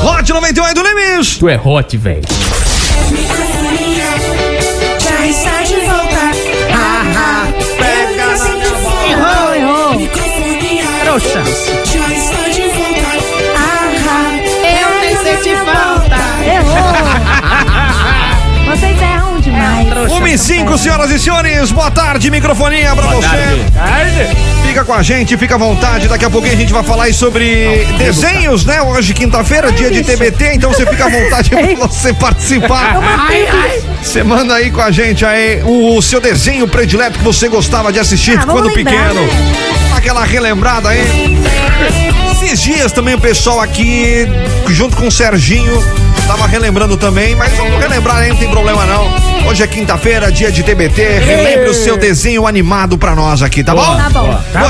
S4: Hot 98 Lemes.
S3: Tu é hot, velho.
S1: Microfonia já está de volta. Ah, ah, pega na minha bola.
S8: Errou, errou.
S1: Microfonia
S8: Trouxa.
S1: já está de volta. Ah, ah,
S8: Eu nem senti falta.
S4: (laughs)
S5: Errou! Vocês erram demais.
S4: 1 e 5, senhoras e senhores, boa tarde, microfoninha pra você. Fica com a gente, fica à vontade. Daqui a pouquinho a gente vai falar aí sobre desenhos, né? Hoje, quinta-feira, dia de TBT, então você fica à vontade pra você participar. Você manda aí com a gente aí o, o seu desenho predileto que você gostava de assistir
S5: Ah, vamos
S4: quando
S5: lembrar,
S4: pequeno. Aquela relembrada aí. Esses dias também o pessoal aqui, junto com o Serginho, tava relembrando também, mas vamos relembrar aí, não tem problema não. Hoje é quinta-feira, dia de TBT. Relembre o seu desenho animado pra nós aqui, tá bom?
S5: Tá bom.
S4: Tá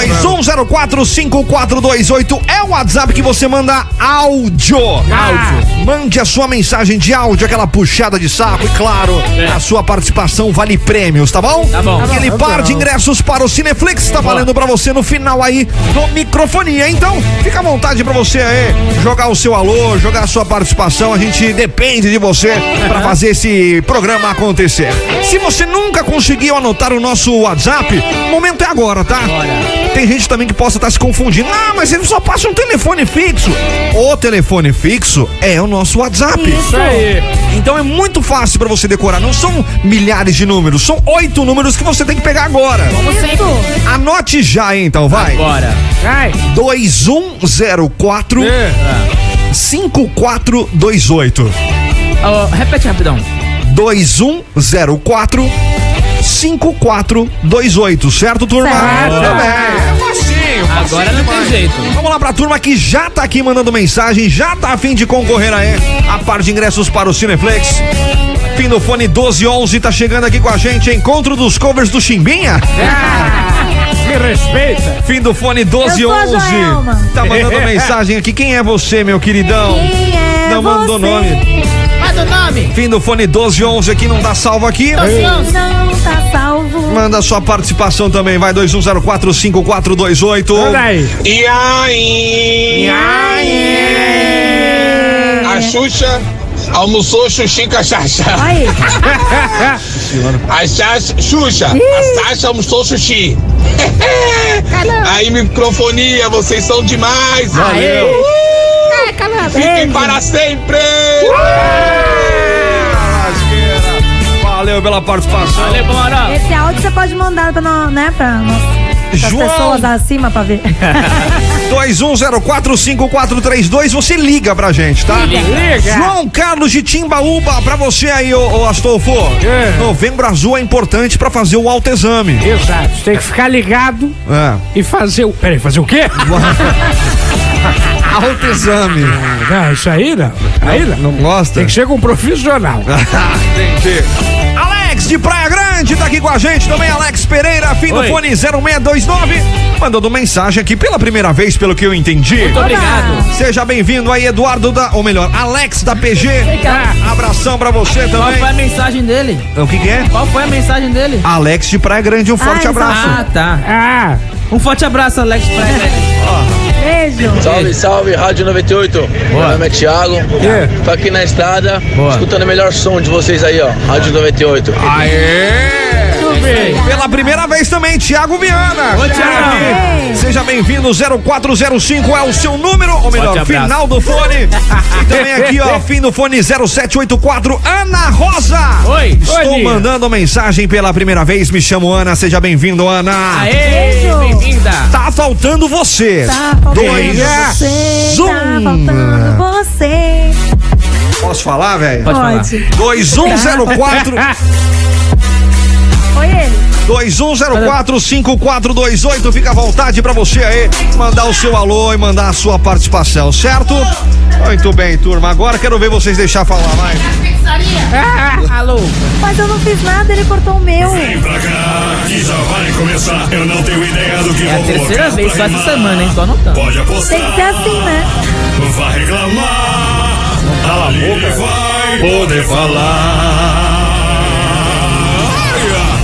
S4: 21045428 é o WhatsApp que você manda áudio. Áudio. Mande a sua mensagem de áudio, aquela puxada de saco, e claro, a sua participação vale prêmios, tá bom? Tá
S3: bom.
S4: Aquele
S3: Tá bom.
S4: par de ingressos para o Cineflix tá valendo pra você no final aí do microfonia. Então, fica à vontade pra você aí jogar o seu alô, jogar a sua participação. A gente depende de você pra fazer esse programa acontecer. Se você nunca conseguiu anotar o nosso WhatsApp, o momento é agora, tá? Tem gente também que possa estar se confundindo. Ah, mas ele só passa um telefone fixo. O telefone fixo é o nosso WhatsApp.
S3: Isso aí.
S4: Então é muito fácil pra você decorar. Não são milhares de números, são oito números que você tem que pegar agora. Anote já então, vai.
S3: Bora.
S6: Vai.
S4: 2104 5428.
S7: Ó, repete rapidão.
S4: 2104 5428, certo, turma?
S3: Certo.
S4: Muito bem. Facinho, facinho
S3: Agora não tem
S4: demais.
S3: jeito.
S4: Vamos lá pra turma que já tá aqui mandando mensagem, já tá a fim de concorrer aí a par de ingressos para o Cineflex. Fim do fone 1211 tá chegando aqui com a gente, encontro dos covers do Chimbinha.
S6: Me respeita.
S4: Fim do fone
S5: Eu
S4: 1211.
S5: sou a Joelma.
S4: Tá mandando mensagem aqui. Quem é você, meu queridão?
S5: Quem é
S4: Não mandou
S5: você?
S4: nome.
S8: Manda o nome.
S4: Fim do fone 1211 aqui, não tá salvo aqui.
S5: Não tá salvo.
S4: Manda sua participação também, vai 21045428.
S6: Olha aí.
S16: E aí? A Xuxa almoçou xuxi com a Xaxá.
S5: Aí.
S16: A Xaxa, Xuxa, a Sasha almoçou xuxi. aí, microfonia, vocês são demais.
S3: Valeu.
S8: É, calado.
S16: Fiquem para sempre.
S4: Valeu pela participação.
S3: Valeu, bora.
S5: Esse áudio você pode mandar pra, nó- né, pra as
S4: João.
S5: pessoas acima pra ver.
S4: 21045432, você liga pra gente, tá?
S3: É.
S6: Liga.
S4: João Carlos de Timbaúba, pra você aí, ô, ô Astolfo.
S6: É.
S4: Novembro azul é importante pra fazer o autoexame.
S6: Exato. Tem que ficar ligado
S4: É.
S6: e fazer o. Peraí, fazer o quê?
S4: Autoexame.
S6: Não, Ah, isso aí não. Aí não.
S4: Não gosta?
S6: Tem que ser com um profissional.
S4: Entendi. Alex de Praia Grande tá aqui com a gente também, Alex Pereira, fim do
S3: Oi.
S4: fone 0629, mandando mensagem aqui pela primeira vez, pelo que eu entendi.
S3: Muito obrigado.
S4: Seja bem-vindo aí, Eduardo da, ou melhor, Alex da PG. Abração pra você
S8: Qual foi a
S4: também.
S8: mensagem dele?
S4: O que que é?
S8: Qual foi a mensagem dele?
S4: Alex de Praia Grande, um forte
S5: Ah,
S4: abraço.
S8: Ah, tá.
S6: Ah,
S8: Um forte abraço, Alex. pra ele.
S5: Beijo.
S16: Salve, salve, Rádio 98. Meu nome é Thiago.
S6: É.
S16: Tô aqui na estrada, escutando o melhor som de vocês aí, ó. Rádio 98.
S4: Aê! Pela primeira vez também, Thiago Viana.
S3: Oi, Thiago.
S4: Ei. Seja bem-vindo, 0405 é o seu número, ou melhor,
S3: abraço.
S4: final do fone. e também aqui, ó,
S3: (laughs)
S4: fim do fone 0784, Ana Rosa.
S3: Oi.
S4: Estou
S3: Oi, Nia.
S4: mandando mensagem pela primeira vez, me chamo Ana, seja bem-vindo, Ana.
S3: Aê,
S5: Beijo.
S3: bem-vinda.
S4: Tá faltando você.
S5: Tá faltando
S4: Dois.
S5: você. Tá
S4: um.
S5: faltando você.
S4: um, Posso falar, velho?
S5: Pode.
S4: 2104
S5: Foi ele.
S4: 21045428, fica à vontade pra você aí mandar o seu alô e mandar a sua participação, certo? Muito bem, turma. Agora quero ver vocês deixar falar mais.
S8: Ah, alô.
S5: Mas eu não fiz nada, ele cortou o meu.
S17: Aqui já vai começar, eu não tenho ideia do que
S8: É a
S17: vou
S8: terceira
S17: colocar
S8: vez
S17: pra
S8: só essa
S17: rimar.
S8: semana, hein? Tô anotando.
S17: Pode apostar.
S5: Tem que ser assim, né?
S17: Vai reclamar, a boca vai poder falar.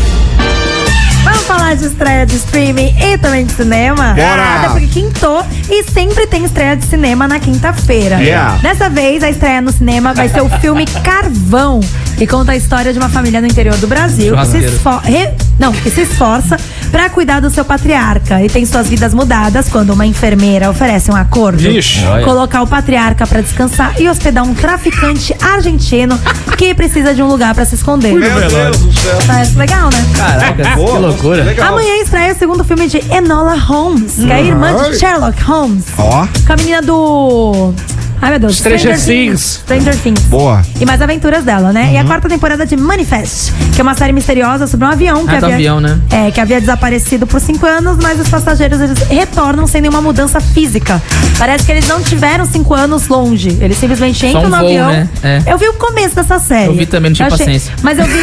S5: Vamos falar de estreia de streaming e também de cinema?
S1: Bora!
S5: Nada, porque quintou e sempre tem estreia de cinema na quinta-feira.
S1: Yeah.
S5: Dessa vez, a estreia no cinema vai ser o filme Carvão, que conta a história de uma família no interior do Brasil que se,
S1: Churrasqueiro.
S5: esfor- re- não, que se esforça pra cuidar do seu patriarca e tem suas vidas mudadas quando uma enfermeira oferece um acordo.
S1: Vixe. Olha.
S5: Colocar o patriarca pra descansar e hospedar um traficante argentino que precisa de um lugar pra se esconder.
S1: Meu Deus
S4: do céu.
S5: Parece legal, né?
S8: É
S1: Caraca, que loucura.
S5: Amanhã estreia o segundo filme de Enola Holmes, que é a irmã
S1: Ai.
S5: de Sherlock Holmes.
S4: Ó.
S5: Com a menina do. Ai, meu Deus.
S4: Stranger Things.
S5: Stranger Things.
S4: Boa.
S5: E mais aventuras dela, né?
S8: Uhum.
S5: E a quarta temporada de Manifest, que é uma série misteriosa sobre um avião que
S8: Ah, do
S5: havia.
S8: avião, né?
S5: É, que havia desaparecido por cinco anos, mas os passageiros eles retornam sem nenhuma mudança física. Parece que eles não tiveram cinco anos longe. Eles simplesmente
S8: Só
S5: entram
S8: um
S5: no
S8: voo,
S5: avião.
S8: né? É.
S5: Eu vi o começo dessa série.
S8: Eu vi também, não tive
S5: achei-
S8: paciência.
S5: Mas
S8: (laughs)
S5: eu vi.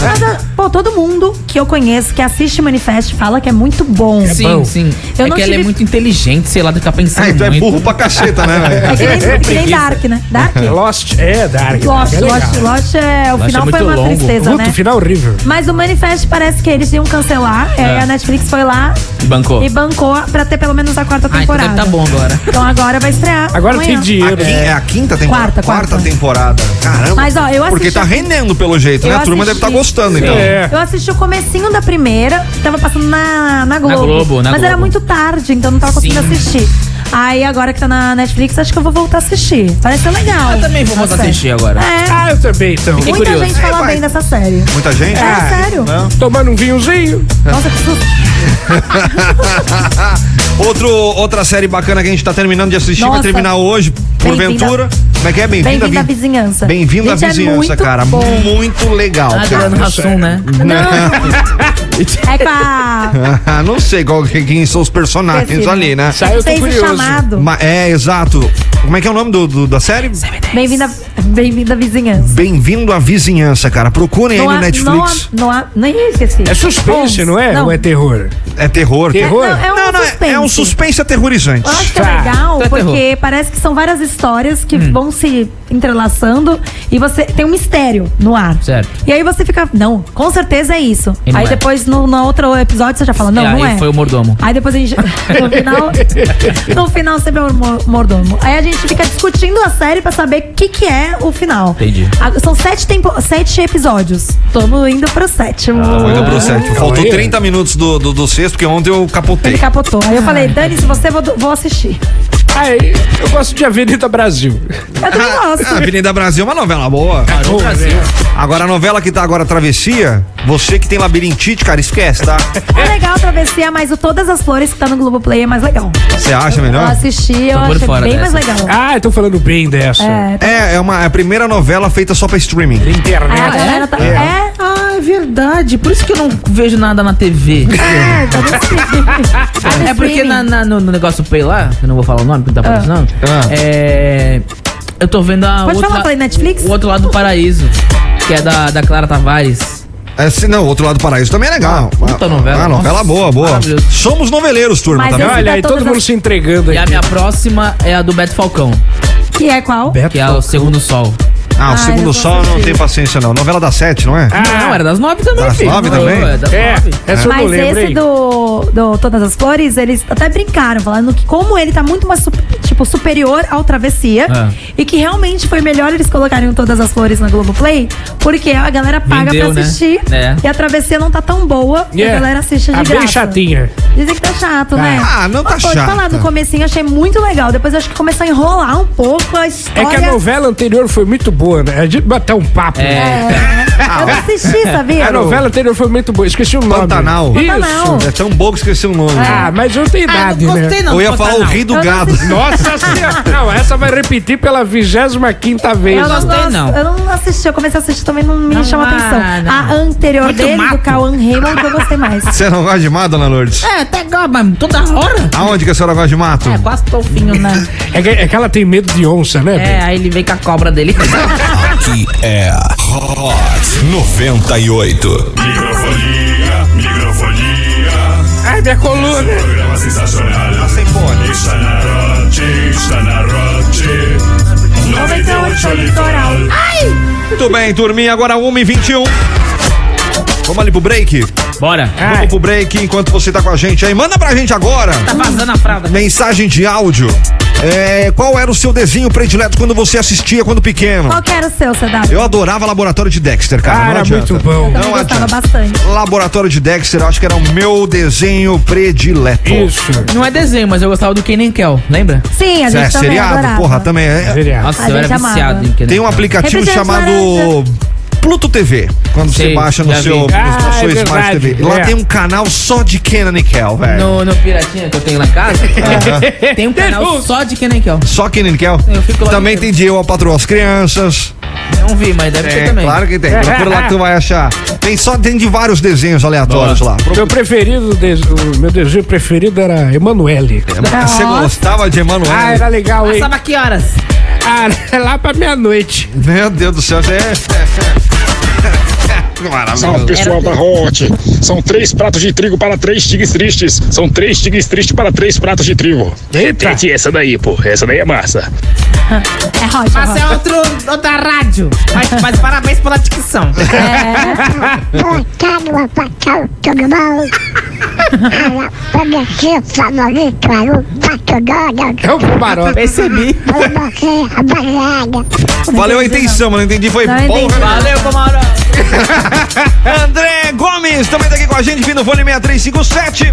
S5: Mas eu- pô, todo mundo que eu conheço que assiste Manifest fala que é muito bom.
S7: Sim, sim.
S5: Eu
S7: é
S5: não
S7: que ela é
S5: tive-
S7: muito inteligente, sei lá do que ela pensando.
S4: Ah, então é
S7: muito.
S4: burro pra caceta, né, velho?
S5: (laughs) É que nem, que nem Dark, né?
S8: (laughs)
S5: Dark?
S6: Lost é Dark. Dark
S5: Lost,
S6: é legal.
S5: Lost, Lost é. O
S6: Lost
S5: final
S6: é
S5: foi
S6: muito
S5: uma
S6: longo.
S5: tristeza,
S6: Puta,
S5: né?
S6: o final é horrível.
S5: Mas o Manifest parece que eles iam cancelar.
S7: É.
S5: aí a Netflix foi lá
S7: E bancou.
S5: e bancou pra ter pelo menos a quarta
S7: Ah, então
S5: temporada.
S7: deve tá bom agora.
S5: Então agora vai estrear. amanhã.
S4: A quin- é. a quinta temporada.
S5: Quarta, quarta.
S4: temporada. Caramba.
S5: Mas, ó, eu assisti-
S4: Porque tá rendendo pelo jeito, né?
S5: Eu
S4: A turma deve
S5: assisti-
S4: estar gostando,
S6: Ah,
S4: então.
S6: É.
S5: Eu assisti o comecinho da primeira, que tava passando na, na Globo.
S4: Globo, na
S5: mas era
S4: Globo.
S5: muito tarde, então não tava conseguindo assistir. Aí agora que tá na Netflix, acho que eu vou voltar a assistir. Parece ser legal. Eu também
S7: vou voltar a assistir agora.
S5: É.
S6: Ah, eu também, então.
S5: Muita gente fala bem dessa série.
S4: Muita gente? Ah,
S5: É, sério.
S6: Tomando um vinhozinho.
S5: Nossa, que susto.
S4: Outro, outra série bacana que a gente tá terminando de assistir, vai
S5: Nossa.
S4: terminar hoje, porventura. Como é que é? Bem-vinda
S5: Bem-vindo à
S4: à vi-
S5: vizinhança.
S4: Bem-vindo à
S5: Gente, é
S4: vizinhança,
S5: muito
S4: cara.
S5: bom.
S4: Muito legal.
S5: Ah,
S4: cara.
S5: Adriano Hassum, né? É
S4: (laughs)
S5: com a.
S4: Não sei qual, que- quem são os personagens
S5: Esqueci, né?
S4: ali, né?
S5: Saiu, eu tô Fez o curioso. chamado.
S4: Ma- é, exato. Como é que é o nome do, do- da série?
S5: Bem-vinda bem à vizinhança.
S4: Bem-vindo à vizinhança, cara. Procurem aí
S5: Não
S4: no
S5: há-
S4: Netflix.
S5: Não há. não há- Nem esqueci.
S6: É suspense, não é? Ou é terror?
S4: É terror.
S6: Terror?
S5: É, não, é um
S4: é- É um
S5: suspense.
S4: suspense aterrorizante.
S5: Eu acho que é legal, porque parece que são várias histórias
S7: Hum.
S5: que vão se entrelaçando e você tem um mistério no ar.
S7: Certo.
S5: E aí você fica, não, com certeza é isso.
S7: E não
S5: aí
S7: é.
S5: depois, no, no outro episódio, você já fala, não,
S7: e aí
S5: não é.
S7: foi o mordomo.
S5: Aí depois a gente. (laughs)
S7: (laughs)
S5: No final, no final sempre é o mo- mordomo. Aí a gente fica discutindo a série pra saber o que, que é o final.
S7: Entendi.
S5: Ah, São sete, tempo, sete episódios. Estamos indo pro sétimo.
S7: Ah,
S4: Tamo indo pro sétimo. Faltou
S6: Olha.
S4: 30 minutos do, do, do sexto, porque ontem eu capotei.
S5: Ele capotou. Aí eu falei, Dani, se você vou, vou assistir.
S6: Ai, eu gosto de Avenida Brasil.
S4: (laughs)
S5: Eu também gosto.
S4: Ah, Avenida Brasil é uma novela boa.
S6: Caramba, Brasil.
S4: Agora, a novela que tá agora, Travessia, você que tem labirintite, cara, esquece, tá?
S5: É legal a travessia, mas o Todas as Flores que tá no Globoplay é mais legal.
S4: Você acha
S5: Eu
S4: melhor?
S5: assisti, eu achei bem mais legal.
S6: Ah, eu tô falando bem dessa.
S5: É,
S4: É, é uma é a primeira novela feita só pra streaming.
S6: Internet.
S5: a galera tá. É,
S8: Ah, é verdade. Por isso que eu não vejo nada na TV.
S5: é, tá
S8: (laughs)
S5: nesse- tá nesse
S8: É porque
S5: streaming.
S8: na, na- no, no negócio Play lá, eu não vou falar o nome porque não tá
S5: Ah.
S8: aparecendo, é. Eu tô vendo a.
S5: Pode
S8: outra-
S5: falar, falei Netflix?
S8: O outro lado do paraíso, que é da, da Clara Tavares.
S4: É, se não, Outro Lado do Paraíso também é legal.
S8: puta novela,
S4: Ah, novela
S8: nossa.
S4: boa, boa. Somos noveleiros, turma, tá vendo?
S6: Olha, aí todo mundo se entregando
S8: E a minha próxima é a do Beto Falcão,
S5: Que é qual?
S8: que é o Segundo Sol.
S4: Ah, o
S8: Ah, eu
S4: Segundo
S8: vou
S4: Sol eu não
S8: assistir.
S4: tem paciência, não. Novela das sete, não é?
S8: Não, era das nove também,
S4: Das
S8: filho.
S4: nove
S8: Não,
S4: também?
S8: É, das
S6: É,
S8: nove.
S6: essa eu não
S5: Mas
S6: lembro,
S5: esse
S6: hein?
S5: do, do Todas as Flores, eles até brincaram, falando que como ele tá muito mais, su- tipo, superior ao Travessia,
S1: Ah.
S5: e que realmente foi melhor eles colocarem o Todas as Flores na Globoplay, porque a galera paga
S8: Vendeu,
S5: pra
S8: né?
S5: assistir,
S8: É.
S5: e a Travessia não tá tão boa, e a
S6: Yeah.
S5: galera assiste de
S6: Ah,
S5: graça.
S6: bem chatinha.
S5: Dizem que tá chato, né?
S4: Ah, não tá
S5: Mas, pô, te
S4: chata.
S5: falar, no comecinho eu achei muito legal, depois eu acho que começou a enrolar um pouco a
S6: É
S4: (laughs)
S5: história.
S6: que a novela anterior foi muito boa, né? A gente bateu um papo.
S5: É.
S4: Ah,
S5: Eu não assisti, sabia?
S6: A É novela anterior foi muito boa, esqueci o nome.
S4: Pantanal.
S5: Pantanal.
S6: Isso.
S4: É tão bom que esqueci o nome.
S6: Ah, mas eu tenho idade,
S4: gostei,
S6: né?
S4: não, Eu ia Pantanal. falar o Rei do Eu não Gado. assisti.
S6: Nossa senhora. Não, essa vai repetir pela 25ª vez.
S5: Eu gosto- Eu não assisti, eu comecei a assistir também, não me chama atenção. A anterior
S4: Muito
S5: dele,
S4: mato.
S5: do Cauan Raymond, que eu gostei mais.
S4: Você não gosta de mato, dona Lourdes?
S8: É, até agora, mas toda hora.
S4: Aonde que a senhora gosta de mato?
S8: É, quase tofinho, né?
S6: É que, é que ela tem medo de onça, né?
S8: É, aí ele vem com a cobra dele.
S12: Aqui é Hot 98.
S17: Microfonia, microfonia.
S6: Ai, minha coluna.
S17: Programa sensacional. Está na Rote, está na Rote. 98 Litoral.
S4: Muito bem, turminha, agora 1h21. Vamos ali pro break?
S3: Bora.
S4: Vamos pro break enquanto você tá com a gente aí. Manda pra gente agora.
S8: Tá vazando a fralda.
S4: Mensagem de áudio. É, qual era o seu desenho predileto quando você assistia quando pequeno?
S5: Qual que era o seu, CW?
S4: Eu adorava Laboratório de Dexter, cara.
S6: Ah,
S4: não
S6: era
S4: adianta.
S6: muito bom.
S5: Também
S4: Não
S5: gostava
S4: adianta.
S5: bastante.
S4: Laboratório de Dexter, eu acho que era o meu desenho predileto.
S6: Isso.
S8: Não é desenho, mas eu gostava do Ken and Kel, lembra?
S5: Sim, a gente
S4: É,
S5: também
S4: seriado,
S5: adorava.
S4: porra, também é.
S8: Nossa,
S5: A eu era Ah, gente amava. viciado em Kenan
S4: Tem um
S5: Kel.
S4: aplicativo
S5: Refrigerante
S4: chamado
S5: laranja.
S4: Pluto TV. Quando você
S8: Sei,
S4: baixa no
S8: já
S4: seu,
S8: vi.
S4: na
S8: Ah, é
S4: sua Smart
S8: verdade,
S4: TV. Lá
S8: é.
S4: tem um canal só de Kenan e Kel, velho.
S8: No, no Piratinha que eu tenho lá em casa,
S4: É. (laughs) Aham.
S8: tem um canal só de Ken and Kel.
S4: Só Kenan e Kel?
S8: Eu fico lá
S4: Também tem de Eu, a Patroa, as Crianças.
S8: Não vi, mas deve ter
S4: É,
S8: também.
S4: claro que tem. Procura lá que tu vai achar. Tem só, tem de vários desenhos aleatórios lá.
S6: (laughs) Meu preferido, des- o meu desenho preferido era Emanuele.
S4: Você gostava de Emanuel?
S6: Ah, era legal, hein?
S8: Passava que horas?
S6: Ah, era lá pra meia-noite.
S4: Meu Deus do céu, você é. (laughs)
S17: Salve pessoal da Hot. São três pratos de trigo para três tigres tristes. São três tigres tristes para três pratos de trigo. Repete essa daí, pô. Essa daí é massa.
S5: É Rocha.
S8: Mas é
S5: Rocha.
S8: outro, outra rádio. Mas, mas parabéns pela
S4: (laughs)
S8: dicção.
S18: Oi, Carlos Patrão, tudo bom? Ela pode ser favorito aí, o Pato Donald.
S6: É o Fumaró.
S8: Percebi.
S18: Foi você, a balada.
S4: Valeu a intenção, mas não entendi. Foi
S18: Não entendi.
S4: porra.
S8: Valeu, Comarão.
S4: (laughs) André Gomes também tá aqui com a gente, vindo fone 6357.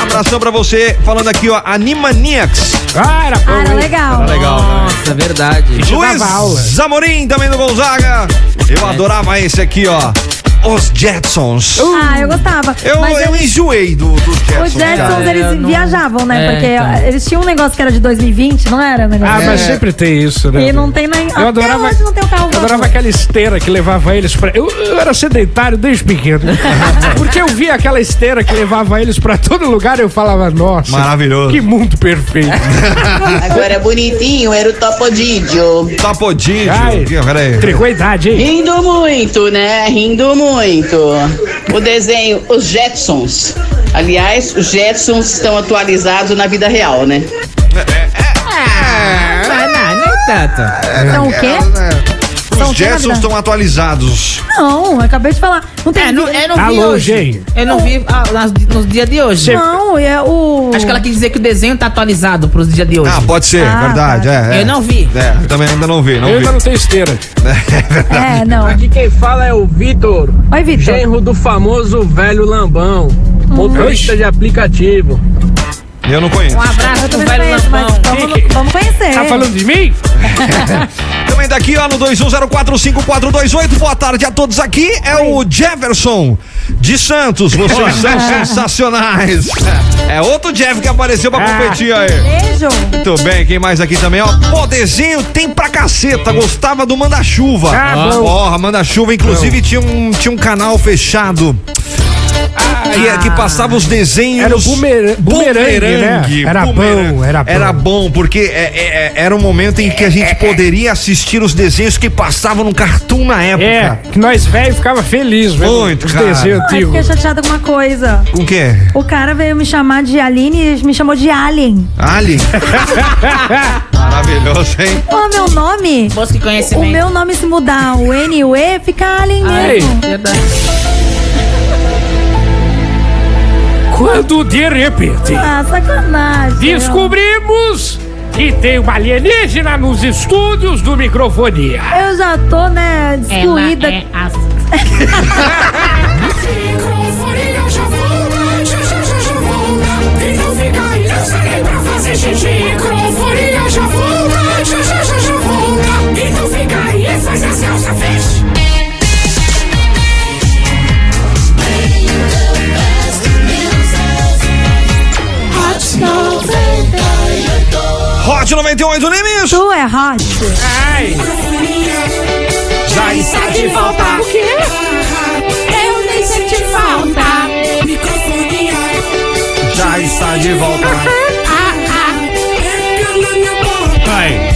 S4: Abração pra você, falando aqui, ó, Animaniacs.
S6: Ah, era
S5: Ah, era legal.
S4: legal,
S7: Nossa, verdade.
S4: Luiz Zamorim também do Gonzaga. Eu adorava esse aqui, ó. Os Jetsons.
S5: Ah, eu gostava.
S4: Eu,
S5: Mas
S4: eu
S5: eles-
S4: enjoei do, do Jetsons.
S5: Os Jetsons, é
S4: cara.
S5: eles viajavam, né?
S4: É,
S5: Porque
S4: então.
S5: eles tinham um negócio que era de 2020, não era? Um negócio
S6: Ah, mas
S5: É.
S6: sempre tem isso, né?
S5: E não tem nem. Até
S6: Eu adorava,
S5: hoje não tem o carro
S6: eu adorava aquela esteira que levava eles pra. Eu, eu era sedentário desde pequeno. Porque eu via aquela esteira que levava eles pra todo lugar e eu falava, nossa.
S4: Maravilhoso.
S6: Que mundo perfeito.
S19: Agora é bonitinho era o Topodídio.
S4: Tá Topodídio? Peraí.
S6: Tricou a idade, hein?
S19: Rindo muito, né? Rindo muito. O desenho, os Jetsons. Aliás, os Jetsons estão atualizados na vida real, né?
S8: Ah, não é tanto.
S5: São o quê?
S6: né?
S5: São
S4: Os Jetsons
S5: pedra?
S4: estão atualizados.
S5: Não, eu acabei de falar. Não tem.
S8: É, não, eu não
S4: Tá
S8: vi
S4: longe,
S8: hoje.
S4: hein?
S8: Eu não vi ah, nas- nos dias de hoje.
S5: Não, é o.
S8: Acho que ela quis dizer que o desenho tá atualizado pros dias de hoje.
S4: Ah, pode ser, verdade. É, é.
S8: Eu não vi.
S4: É, também ainda não vi. Não
S6: eu
S4: vi.
S6: ainda não tenho esteira.
S4: É verdade.
S5: É, não.
S20: Aqui quem fala é o Vitor.
S5: Oi, Vitor.
S20: Genro do famoso velho Lambão. Motorista de aplicativo.
S4: Eu não conheço.
S8: Um abraço pro velho Lambão.
S5: Vamos, vamos conhecer.
S6: Tá falando de mim?
S4: Também daqui, ó, no 21045428. Boa tarde a todos aqui. É o Jefferson de Santos. Vocês são sensacionais. É outro Jeff que apareceu pra competir aí.
S5: Beijo.
S4: Muito bem, quem mais aqui também, ó? Pô, desenho tem pra caceta. Gostava do Manda-Chuva.
S6: Ah, bom.
S4: Porra, Manda-Chuva. Inclusive, tinha um, tinha um canal fechado. Que, que passava os desenhos.
S6: Ah. Era o bumer- bumerangue, né?
S4: Bumerangue,
S6: Era bom,
S4: bumerangue.
S6: era bom.
S4: Era bom, porque é- é- é- era um momento em que a gente poderia assistir os desenhos que passavam no cartoon na época.
S6: É, que nós velho ficava feliz, velho.
S4: Muito,
S6: Os
S4: cara.
S6: desenhos
S5: Ai,
S6: antigos.
S5: fiquei chateada com uma coisa.
S4: Com o quê?
S5: O cara veio me chamar de Aline e me chamou de Alien.
S6: (laughs)
S4: Ali? Maravilhoso, hein?
S5: Ô, é meu nome?
S8: Moço que
S5: O
S8: conhecimento.
S5: meu nome se mudar o N e o E, fica Alien
S6: Ai.
S5: mesmo.
S8: Verdade.
S6: Quando de repente
S5: Ah, sacanagem.
S6: descobrimos que tem uma alienígena nos estúdios do microfonia.
S5: Eu já tô, né, destruída.
S1: é. Microfonia já volta, já, já, já, já volta. E não fica aí, eu saí pra fazer xixi. Microfonia já volta, já, já, já, já volta. E não fica aí, faz a Celsa Fish.
S4: Hot 98 Nimes.
S5: Tu é hot.
S1: Ai. Já está de volta. O quê? Eu nem senti falta. Microfonia.
S4: Já está de volta.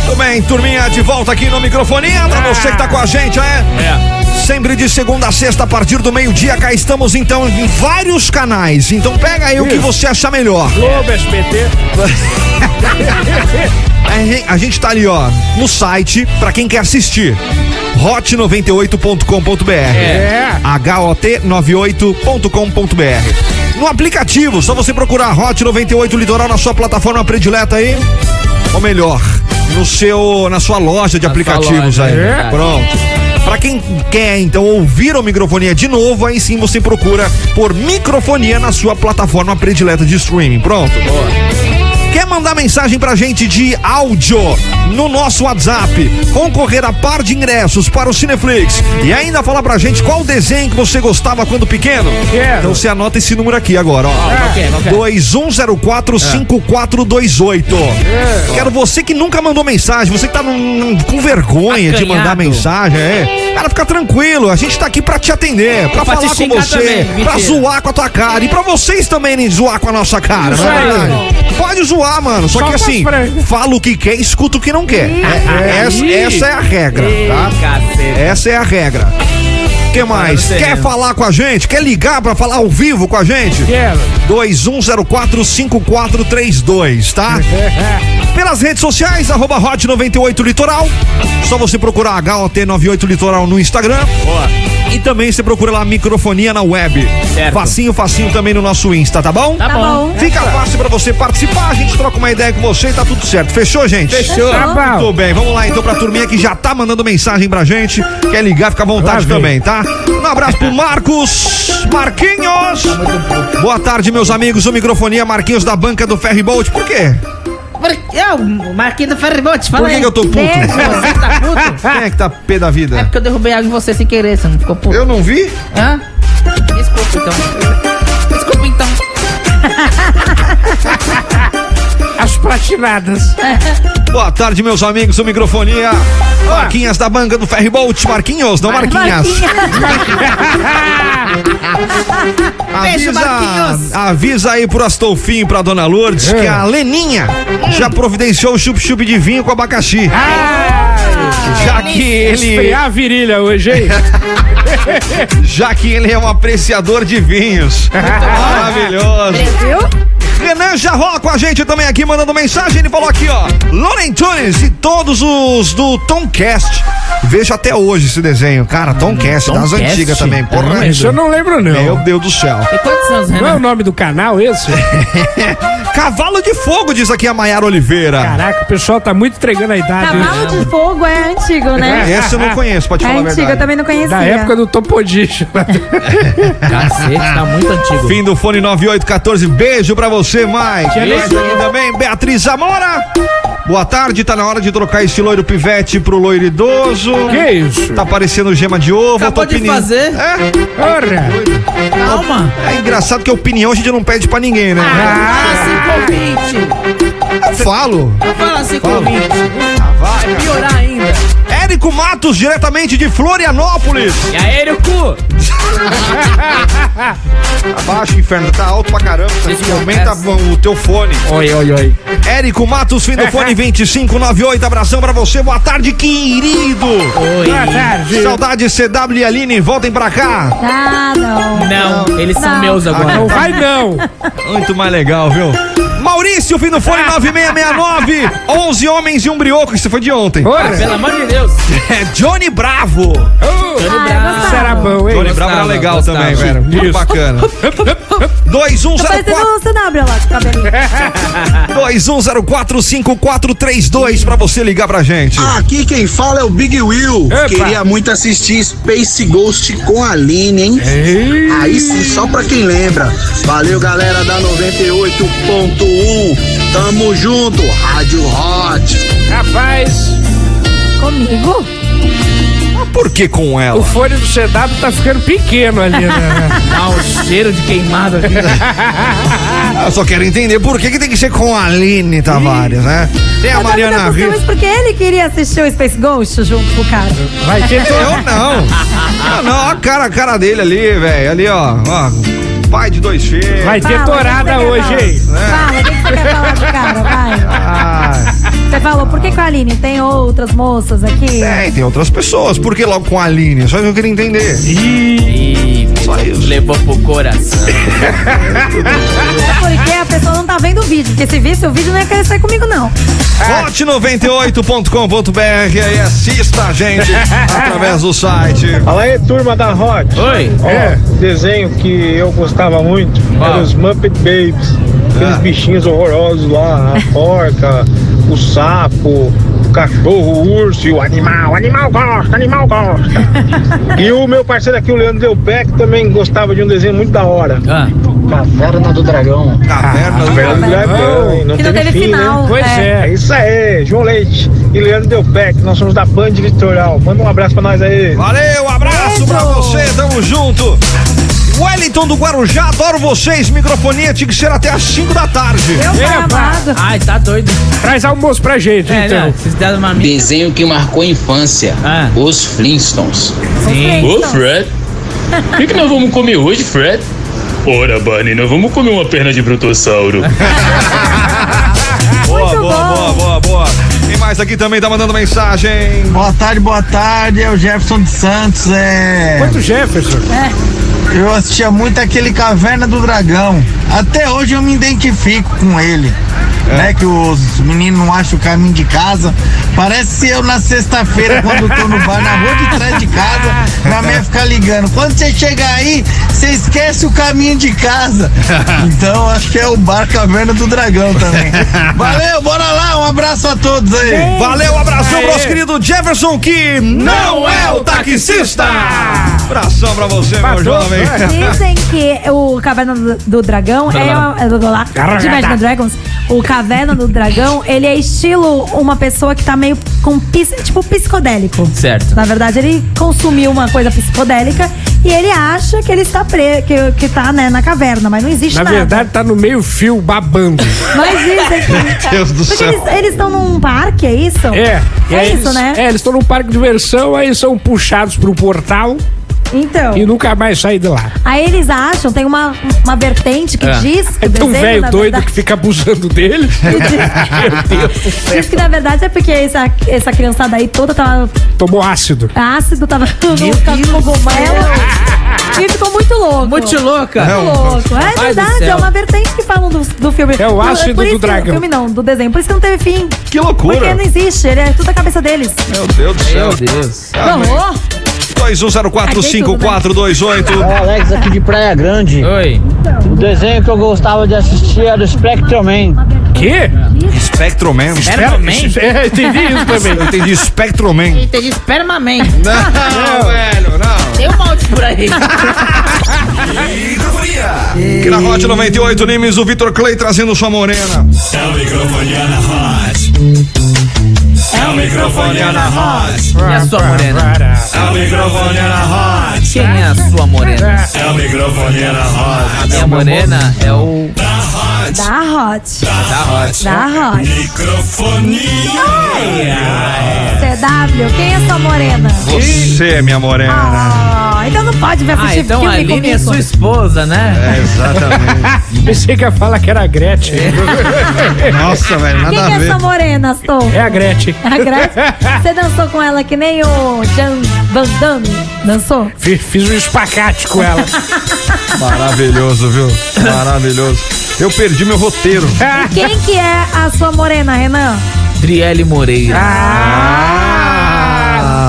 S4: Tudo bem, turminha, de volta aqui no microfonia. Pra você que tá com a gente, é? É. Sempre de segunda a sexta, a partir do meio-dia, cá estamos então em vários canais. Então pega aí o que você achar melhor.
S3: Globo, SBT.
S4: A gen- A gente tá ali, ó, no site, pra quem quer assistir. hot98.com.br.
S1: É.
S4: HOT98.com.br. No aplicativo, só você procurar Hot 98 Litoral na sua plataforma predileta aí. Ou melhor, no seu, na sua loja de aplicativos
S1: loja,
S4: aí.
S1: é verdade.
S4: Pronto. Pra quem quer, então, ouvir o Microfonia de novo, aí sim você procura por Microfonia na sua plataforma predileta de streaming. Pronto. Quer mandar mensagem pra gente de áudio no nosso WhatsApp? Concorrer a par de ingressos para o Cineflix e ainda falar pra gente qual desenho que você gostava quando pequeno? Então você anota esse número aqui agora, ó.
S1: Ah, ok, ok.
S4: 21045428.
S1: É.
S4: Quero você que nunca mandou mensagem, você que tá num- com vergonha de
S1: Acanhado.
S4: mandar mensagem, é. Cara, fica tranquilo, a gente tá aqui pra te atender, pra,
S1: Pra te
S4: falar com
S1: xingar
S4: você,
S1: também,
S4: pra
S1: mentira.
S4: zoar com a tua cara e pra vocês também nem zoar com a nossa cara,
S1: Isso
S4: não é
S1: aí.
S4: verdade? Pode zoar, mano, só
S1: Só
S4: que
S1: pra
S4: assim, fala o que quer, escuta o que não quer. É, é, essa,
S1: Ih.
S4: essa é a regra,
S1: Ih,
S4: tá? Essa é a regra. O que mais?
S1: Agora eu
S4: Quer
S1: sei.
S4: falar com a gente? Quer ligar pra falar ao vivo com a gente? um Quero. 21045432,
S1: (laughs)
S4: tá? Pelas redes sociais, arroba Hot 98 Litoral. Só você procurar HOT98 Litoral no Instagram. E também você procura lá microfonia na web. Facinho, facinho também no nosso Insta, tá bom?
S1: Tá bom.
S4: Fica fácil pra você participar, a gente troca uma ideia com você e tá tudo certo. Fechou, gente?
S1: Fechou. Tá bom.
S4: Muito bem, vamos lá então pra turminha que já tá mandando mensagem pra gente. Quer ligar, fica à vontade também, tá? Um abraço pro Marcos Marquinhos. Boa tarde, meus amigos. O microfonia Marquinhos da banca do Ferry Bolt. Por quê?
S8: Por- É, o Marquinhos do Ferribote, fala
S4: Por que
S8: aí.
S4: que eu tô puto?
S8: Beijo. Você tá puto?
S4: Quem é que tá pé da vida?
S8: É porque eu derrubei algo em você sem querer, você não ficou puto.
S4: Eu não vi?
S8: Hã? Desculpa então. Desculpa então.
S4: (laughs) As platinadas. Boa tarde, meus amigos do Microfonia. Marquinhas da banca do Ferry Bolt. Marquinhos, não Marquinhas.
S1: Beijo, Marquinhos.
S4: Avisa, avisa aí pro Astolfinho e pra Dona Lourdes que a Leninha já providenciou o chup-chup de vinho com abacaxi.
S1: Ah,
S4: já que ele.
S6: Esfriar a
S4: virilha hoje, hein? (laughs) já que ele é um apreciador de vinhos. Maravilhoso. Renan Jarró com a gente também aqui, mandando mensagem. Ele falou aqui, ó. Loren Tunes e todos os do Tomcast. Vejo até hoje esse desenho. Cara, Tomcast, das
S6: Tomcast?
S4: antigas também. Porra,
S6: Ah, isso eu É. não lembro, não.
S4: Meu Deus do céu.
S6: Não é o nome do canal esse?
S4: Cavalo de Fogo, diz aqui a Maiara Oliveira.
S6: Caraca, o pessoal tá muito entregando a idade. né?
S5: Cavalo de fogo é antigo, né?
S6: É, esse eu não conheço, pra te
S5: é
S6: falar a
S5: antigo,
S6: verdade.
S5: eu também não conhecia.
S6: Da época do Topodicho. (laughs)
S4: Cacete, tá muito antigo. Fim do fone 9814. Beijo pra você, Mike.
S1: Tinha
S4: Beijo
S1: lido.
S4: aqui também, Beatriz Zamora. Boa tarde, tá na hora de trocar esse loiro pivete pro loiro idoso. Que isso? Tá parecendo gema de ovo.
S8: Acabou
S4: eu tô
S8: de
S4: opinião-
S8: fazer.
S4: É?
S8: Calma.
S4: É engraçado que a opinião a gente não pede pra ninguém, né?
S8: Ah, se convite.
S4: Eu falo.
S8: Fala assim com o ouvinte. Vai piorar ainda.
S4: Érico Matos, diretamente de Florianópolis.
S1: E aí, Erico?
S4: Abaixa, inferno, tá alto pra caramba. isso aqui. Aumenta o teu fone. Oi, oi, oi. Érico Matos, fim do (laughs) fone 2598. Abração pra você. Boa tarde, querido. Oi.
S1: Boa tarde.
S4: Saudade, CW e Aline. Voltem pra cá.
S5: Ah, não.
S4: Não,
S5: eles são Não. meus agora.
S1: Não vai,
S4: não. Muito mais legal, viu? Maurício, fim do fone 9669. 11 homens e um brioco. Isso foi de ontem.
S6: Tá
S1: Ah, pelo amor de Deus.
S4: É Johnny Bravo.
S1: Isso era bom, hein?
S4: Johnny Bravo era legal também, velho. Muito (laughs) bacana. 2104.
S5: Parecendo o Sinabra lá, com o cabelinho.
S6: É.
S4: 21045432 pra você ligar pra gente.
S21: Aqui quem fala é o Big Will.
S4: Epa.
S21: Queria muito assistir Space Ghost com a Aline, hein? Aí sim, só pra quem lembra. Valeu, galera da 98.1. Tamo junto, Rádio Hot.
S6: Rapaz. É,
S5: Comigo?
S4: Mas por que com ela?
S6: O fone do sedado tá ficando pequeno (laughs) ali, né?
S4: Dá um cheiro de queimado aqui. Eu só quero entender por que, que tem que ser com a Aline Tavares, né? Tem a
S5: Eu tô
S4: Mariana
S5: muito
S4: Rita.
S5: acostumada, porque ele queria assistir o Space Ghost junto com o cara.
S4: Vai ter Eu não. Eu não, ó a cara, a cara dele ali, velho. Ali, ó. ó. Pai de dois filhos.
S6: Vai ter torada hoje, hein?
S5: Fala, o que que você quer falar do cara? Vai.
S4: Ah,
S5: Você falou, por que com a Aline? Tem outras moças aqui?
S4: Tem, tem outras pessoas. Por que logo com a Aline? Só que eu queria entender. Ih, Só isso. Levou pro coração.
S5: É Porque a pessoa não tá vendo o vídeo. Porque se visse o vídeo, não ia querer sair comigo, não.
S4: É. Vote98.com.br e assista a gente através do site.
S11: Fala aí, turma da Hot.
S4: Oi.
S11: Ó,
S4: É.
S11: desenho que eu gostava muito era os Muppet Babies.
S4: Ah.
S11: Aqueles bichinhos horrorosos lá, a porca, o sapo, o cachorro, o urso e o animal. Animal gosta, animal gosta. e o meu parceiro aqui, o Leandro Delpec, também gostava de um desenho muito da hora. Caverna do Dragão.
S4: Caverna
S11: do
S17: Tá
S11: Dragão. hein? Não
S5: Que não
S11: teve
S5: teve
S11: fim,
S5: final,
S11: né?
S5: Pois é.
S11: É isso aí, João Leite e Leandro Delpec. Nós somos da Band Vitorial. Manda um abraço pra nós aí.
S4: Valeu, abraço pra você, tamo junto. Wellington do Guarujá, adoro vocês. Microfonia tinha que ser até às 5 da tarde.
S7: Ai, tá doido.
S6: Traz almoço pra gente, então.
S16: Desenho que marcou a infância.
S7: Ah,
S16: Os Flintstones.
S11: Ah,
S7: Sim.
S15: Ô,
S5: então,
S15: Fred. O que, que nós vamos comer hoje, Fred? Ora, Barney, nós vamos comer uma perna de brutossauro.
S11: É,
S4: Boa, boa, boa, boa, boa. Quem mais aqui também tá mandando mensagem?
S22: Boa tarde, boa tarde. É o Jefferson de Santos. É...
S6: Quanto Jefferson?
S22: Eu assistia muito aquele Caverna do Dragão. Até hoje eu me identifico com ele. Né, que os meninos não acham o caminho de casa. Parece eu na sexta-feira, quando eu tô no bar, na rua de trás de casa, minha mãe fica ligando. Quando você chega aí, você esquece o caminho de
S23: (laughs)
S22: casa. Então acho que é o bar Caverna do Dragão também. (laughs) Valeu, bora lá, um abraço a todos aí.
S4: Valeu, um abração pro nosso querido Jefferson, que não é o taxista. Abração pra você, meu jovem.
S5: né? Dizem que o Caverna do- do Dragão é. uma- é, blá, blá, blá.
S4: Garagata.
S5: De Imagine Dragons. O Caverna do Dragão, ele é estilo uma pessoa que tá meio com. pis- Tipo psicodélico.
S7: Certo.
S5: Na verdade, ele consumiu uma coisa psicodélica e ele acha que ele está preso, que, que tá né, na caverna, mas não existe
S6: Na
S5: nada.
S6: verdade, tá no meio fio babando.
S5: Mas dizem que.
S6: (laughs) Meu Deus do
S5: Porque
S6: céu.
S5: eles- Eles estão num parque, é isso?
S6: É. E
S5: É
S6: aí
S5: isso,
S6: eles,
S5: né?
S6: É, eles estão num parque de diversão, aí são puxados pro portal.
S5: Então.
S6: E nunca mais saem de lá.
S5: Aí eles acham, tem uma, uma vertente que
S6: É.
S5: diz que
S6: Aí
S5: o
S6: tem um
S5: desenho,
S6: velho
S5: na
S6: doido
S5: verdade- (laughs)
S6: que fica abusando dele. Meu Deus do
S5: Diz que na verdade é porque essa, essa criançada aí toda tava
S6: Tomou ácido.
S5: ácido, tava (laughs) no cogumelo. E ficou muito louco.
S7: Muito louca.
S4: um-
S5: Muito louco. É
S7: Rapaz do
S5: verdade,
S7: céu.
S5: é uma vertente que falam do, do filme.
S7: É o
S5: Por-
S7: ácido do
S5: por isso que- um
S7: dragão.
S5: filme não, do desenho. Por isso que não teve fim.
S4: Que loucura.
S5: Porque não existe, ele é tudo a cabeça deles.
S4: Meu Deus do céu.
S7: Meu Deus.
S5: Alô?
S4: 21045428.
S24: É o Alex aqui de Praia Grande.
S7: Oi.
S24: O desenho que eu gostava de assistir era o Spectrum Man.
S6: Que?
S4: Spectrum Man.
S24: Spectrum Man?
S6: É, entendi isso também.
S4: Eu entendi Spectrum Man.
S8: Entendi, espera mamãe.
S4: Não, velho, não.
S8: Tem um monte por aí.
S4: Aqui na Hot 98 Nimes, o Vitor Clay trazendo sua morena.
S1: É o microfone na Hot. É o microfone na Hot.
S7: E a sua morena?
S1: É o microfone na Hot.
S7: Quem é a sua morena?
S1: É o microfone na Hot.
S7: A minha morena é o.
S5: Da Hot.
S7: Da Hot.
S5: Da Hot. CW, quem é sua morena?
S4: Você, minha morena.
S5: Ah, então não pode me
S7: Ah,
S5: assistir
S7: então a
S5: filme
S7: Aline é
S5: comigo.
S7: sua esposa, né?
S4: É, exatamente.
S5: (laughs)
S6: Pensei que ia falar que era a Gretchen.
S4: Nossa, velho,
S5: Quem que é essa morena, Aston?
S6: É a Gretchen.
S5: A
S6: (laughs)
S5: Gretchen? Você dançou com ela que nem o Jean Van Damme dançou?
S6: Fiz, fiz um espacate com ela.
S4: Maravilhoso, viu? Maravilhoso. Eu perdi meu roteiro.
S5: Quem que é a sua morena, Renan?
S7: Driele Moreira.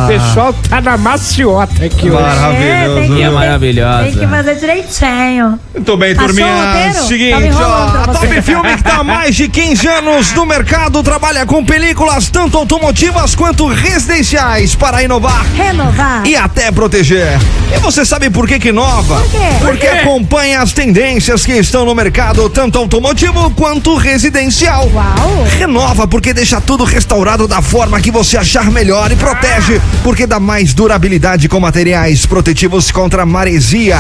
S6: O pessoal tá na maciota aqui
S4: Maravilhoso,
S6: hoje.
S4: É, tem que-
S7: é maravilhosa.
S5: Tem que fazer direitinho.
S4: Muito bem,
S5: Achou
S4: turminha. É
S5: o roteiro? Tá me
S4: Seguinte,
S5: enrolando
S4: ó,
S5: pra
S4: a
S5: você.
S4: Top Filme que tá há mais de 15 anos no mercado, trabalha com películas tanto automotivas quanto residenciais para inovar.
S5: Renovar.
S4: E até proteger. E você sabe por que que inova?
S5: Por quê? Por
S4: Porque
S5: quê?
S4: acompanha as tendências que estão no mercado, tanto automotivo quanto residencial.
S5: Uau!
S4: Renova porque deixa tudo restaurado da forma que você achar melhor e protege
S5: Ah!
S4: porque dá mais durabilidade com materiais protetivos contra maresia,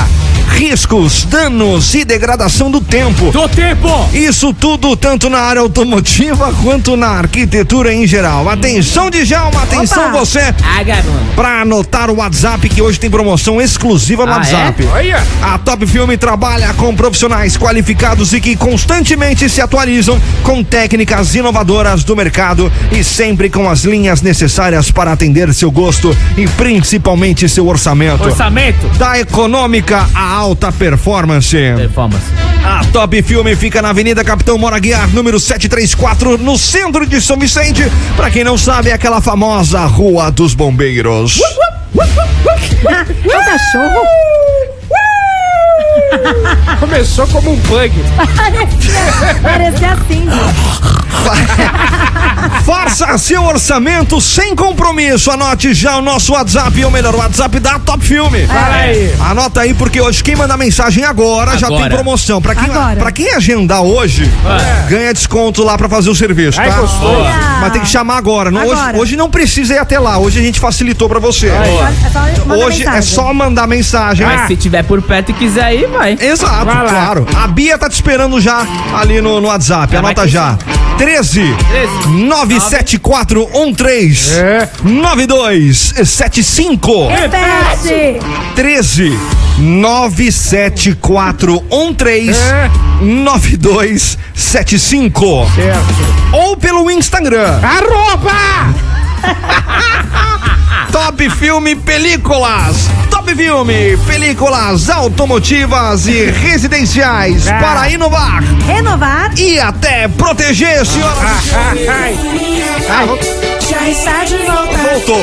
S4: riscos, danos e degradação do tempo. Do tempo! Isso tudo tanto na área automotiva quanto na arquitetura em geral. Atenção de atenção você.
S8: Ah, garoto.
S4: Pra anotar o WhatsApp que hoje tem promoção exclusiva no
S8: Ah, é?
S4: WhatsApp.
S8: Olha.
S4: A Top Filme trabalha com profissionais qualificados e que constantemente se atualizam com técnicas inovadoras do mercado e sempre com as linhas necessárias para atender seu gosto e principalmente seu orçamento.
S3: Orçamento.
S4: Da econômica à alta performance.
S3: Performance.
S4: A Top Filme fica na Avenida Capitão Mora Guiar, número 734, no centro de São Vicente. Pra quem não sabe, é aquela famosa Rua dos Bombeiros.
S5: É o cachorro?
S6: Começou como um bug.
S5: Parecia, parecia assim.
S4: Faça seu orçamento sem compromisso. Anote já o nosso WhatsApp, ou melhor, o WhatsApp da Top Filme.
S1: Fala aí.
S4: Anota aí, porque hoje quem mandar mensagem agora, já
S1: Agora.
S4: tem promoção. Pra quem, pra quem agendar hoje, ganha desconto lá pra fazer o serviço,
S1: Ai,
S4: tá?
S1: gostoso.
S4: Mas tem que chamar agora. Não, hoje-
S1: Agora.
S4: Hoje, não precisa ir até lá. Hoje a gente facilitou pra você. Hoje é só mandar mensagem.
S7: Mas se tiver por perto e quiser ir, vai.
S4: Exato,
S7: Vai lá.
S4: claro. A Bia tá te esperando já ali no, no WhatsApp. Anota já. 13 974
S7: É.
S4: 9275
S5: Repete.
S4: 13 974 9275 Ou pelo Instagram.
S1: Arroba!
S4: (laughs) Top Filme Películas. Top Filme Películas automotivas e residenciais para inovar.
S5: Renovar.
S4: E até proteger, senhoras e senhores.
S1: Já está de volta.
S4: Voltou.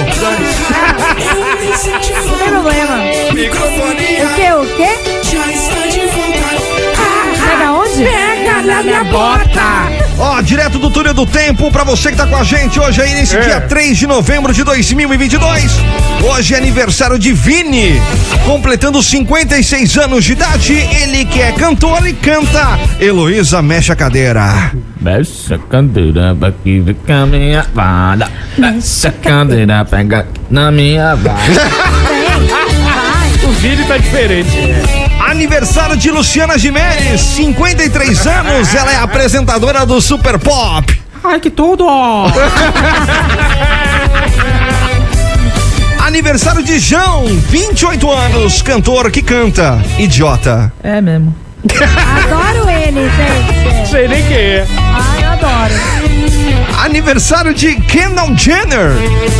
S5: Não tem problema.
S1: Microfonia.
S5: O quê? O quê?
S1: Já está de volta.
S5: Pega onde?
S1: Pega na minha bota.
S4: Ó, direto do Túnel do Tempo, pra você que tá com a gente hoje aí nesse dia 3 de novembro de 2022. Hoje é aniversário de Vini, completando 56 anos de idade. Ele que é cantor e canta. Heloísa mexe a cadeira.
S7: Essa candeira aqui fica minha vara. Essa candeira pega na minha vara.
S3: O vídeo tá diferente.
S4: Aniversário de Luciana Gimenez, 53 anos. Ela é apresentadora do Super Pop.
S1: Ai, que tudo!
S4: Aniversário de João, 28 anos, cantor que canta. Idiota.
S7: É mesmo.
S5: Adoro ele, gente.
S3: Sei nem quem é.
S5: Ai, eu adoro.
S4: Aniversário de Kendall Jenner,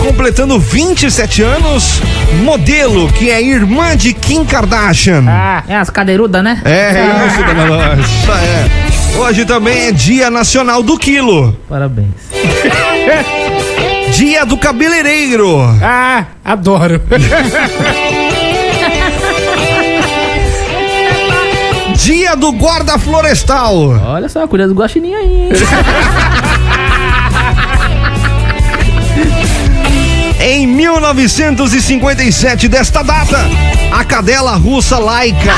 S4: completando 27 anos, modelo que é irmã de Kim Kardashian.
S7: Ah, é as cadeirudas, né?
S4: É, é isso, dona Lancha, é. Hoje também é Dia Nacional do Quilo.
S7: Parabéns.
S4: Dia do Cabeleireiro.
S6: Ah, adoro.
S4: Dia do Guarda Florestal.
S7: Olha só, cuida do guaxininho aí, hein?
S4: Em 1957 desta data, a cadela russa Laika